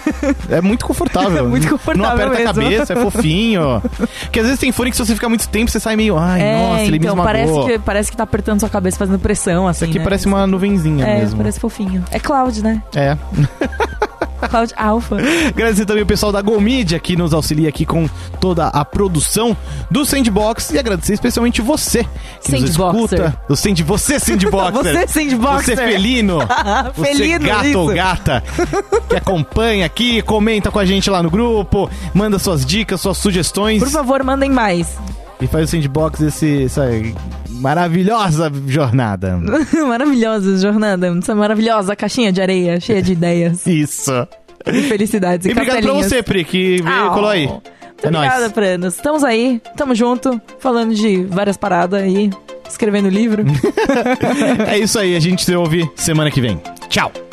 A: é muito confortável.
B: É muito
A: Não
B: confortável
A: aperta a
B: mesmo.
A: cabeça, é fofinho. Porque às vezes tem fone que se você ficar muito tempo, você sai meio... Ai,
B: É,
A: nossa, ele
B: então
A: me
B: parece
A: esmagou.
B: que, parece que tá apertando sua cabeça, fazendo pressão,
A: Isso
B: assim.
A: aqui
B: né?
A: parece uma nuvenzinha
B: É,
A: mesmo.
B: parece fofinho. É Cloud, né?
A: É.
B: Cloud Alpha.
A: Agradecer também o pessoal da GoMedia que nos auxilia aqui com toda a produção do Sandbox e agradecer especialmente você que nos
B: Sandboxer.
A: escuta. Do Sand... Você, Sandboxer.
B: Você, é
A: Você
B: Sandboxer.
A: felino.
B: Ah,
A: Você é
B: Felino,
A: gato
B: isso.
A: ou gata que acompanha aqui, comenta com a gente lá no grupo, manda suas dicas, suas sugestões
B: Por favor, mandem mais.
A: e faz o Sandbox esse, essa maravilhosa jornada.
B: maravilhosa jornada. Essa maravilhosa caixinha de areia, cheia de ideias
A: Isso.
B: e felicidades.
A: E obrigado pra
B: capelinhas.
A: você, Pri, que veio e
B: Ah,
A: colou aí.
B: Muito
A: É nóis.
B: obrigada, Pranos. Estamos aí, tamo junto, falando de várias paradas aí, escrevendo livro.
A: É isso aí, a gente se ouve semana que vem. Tchau!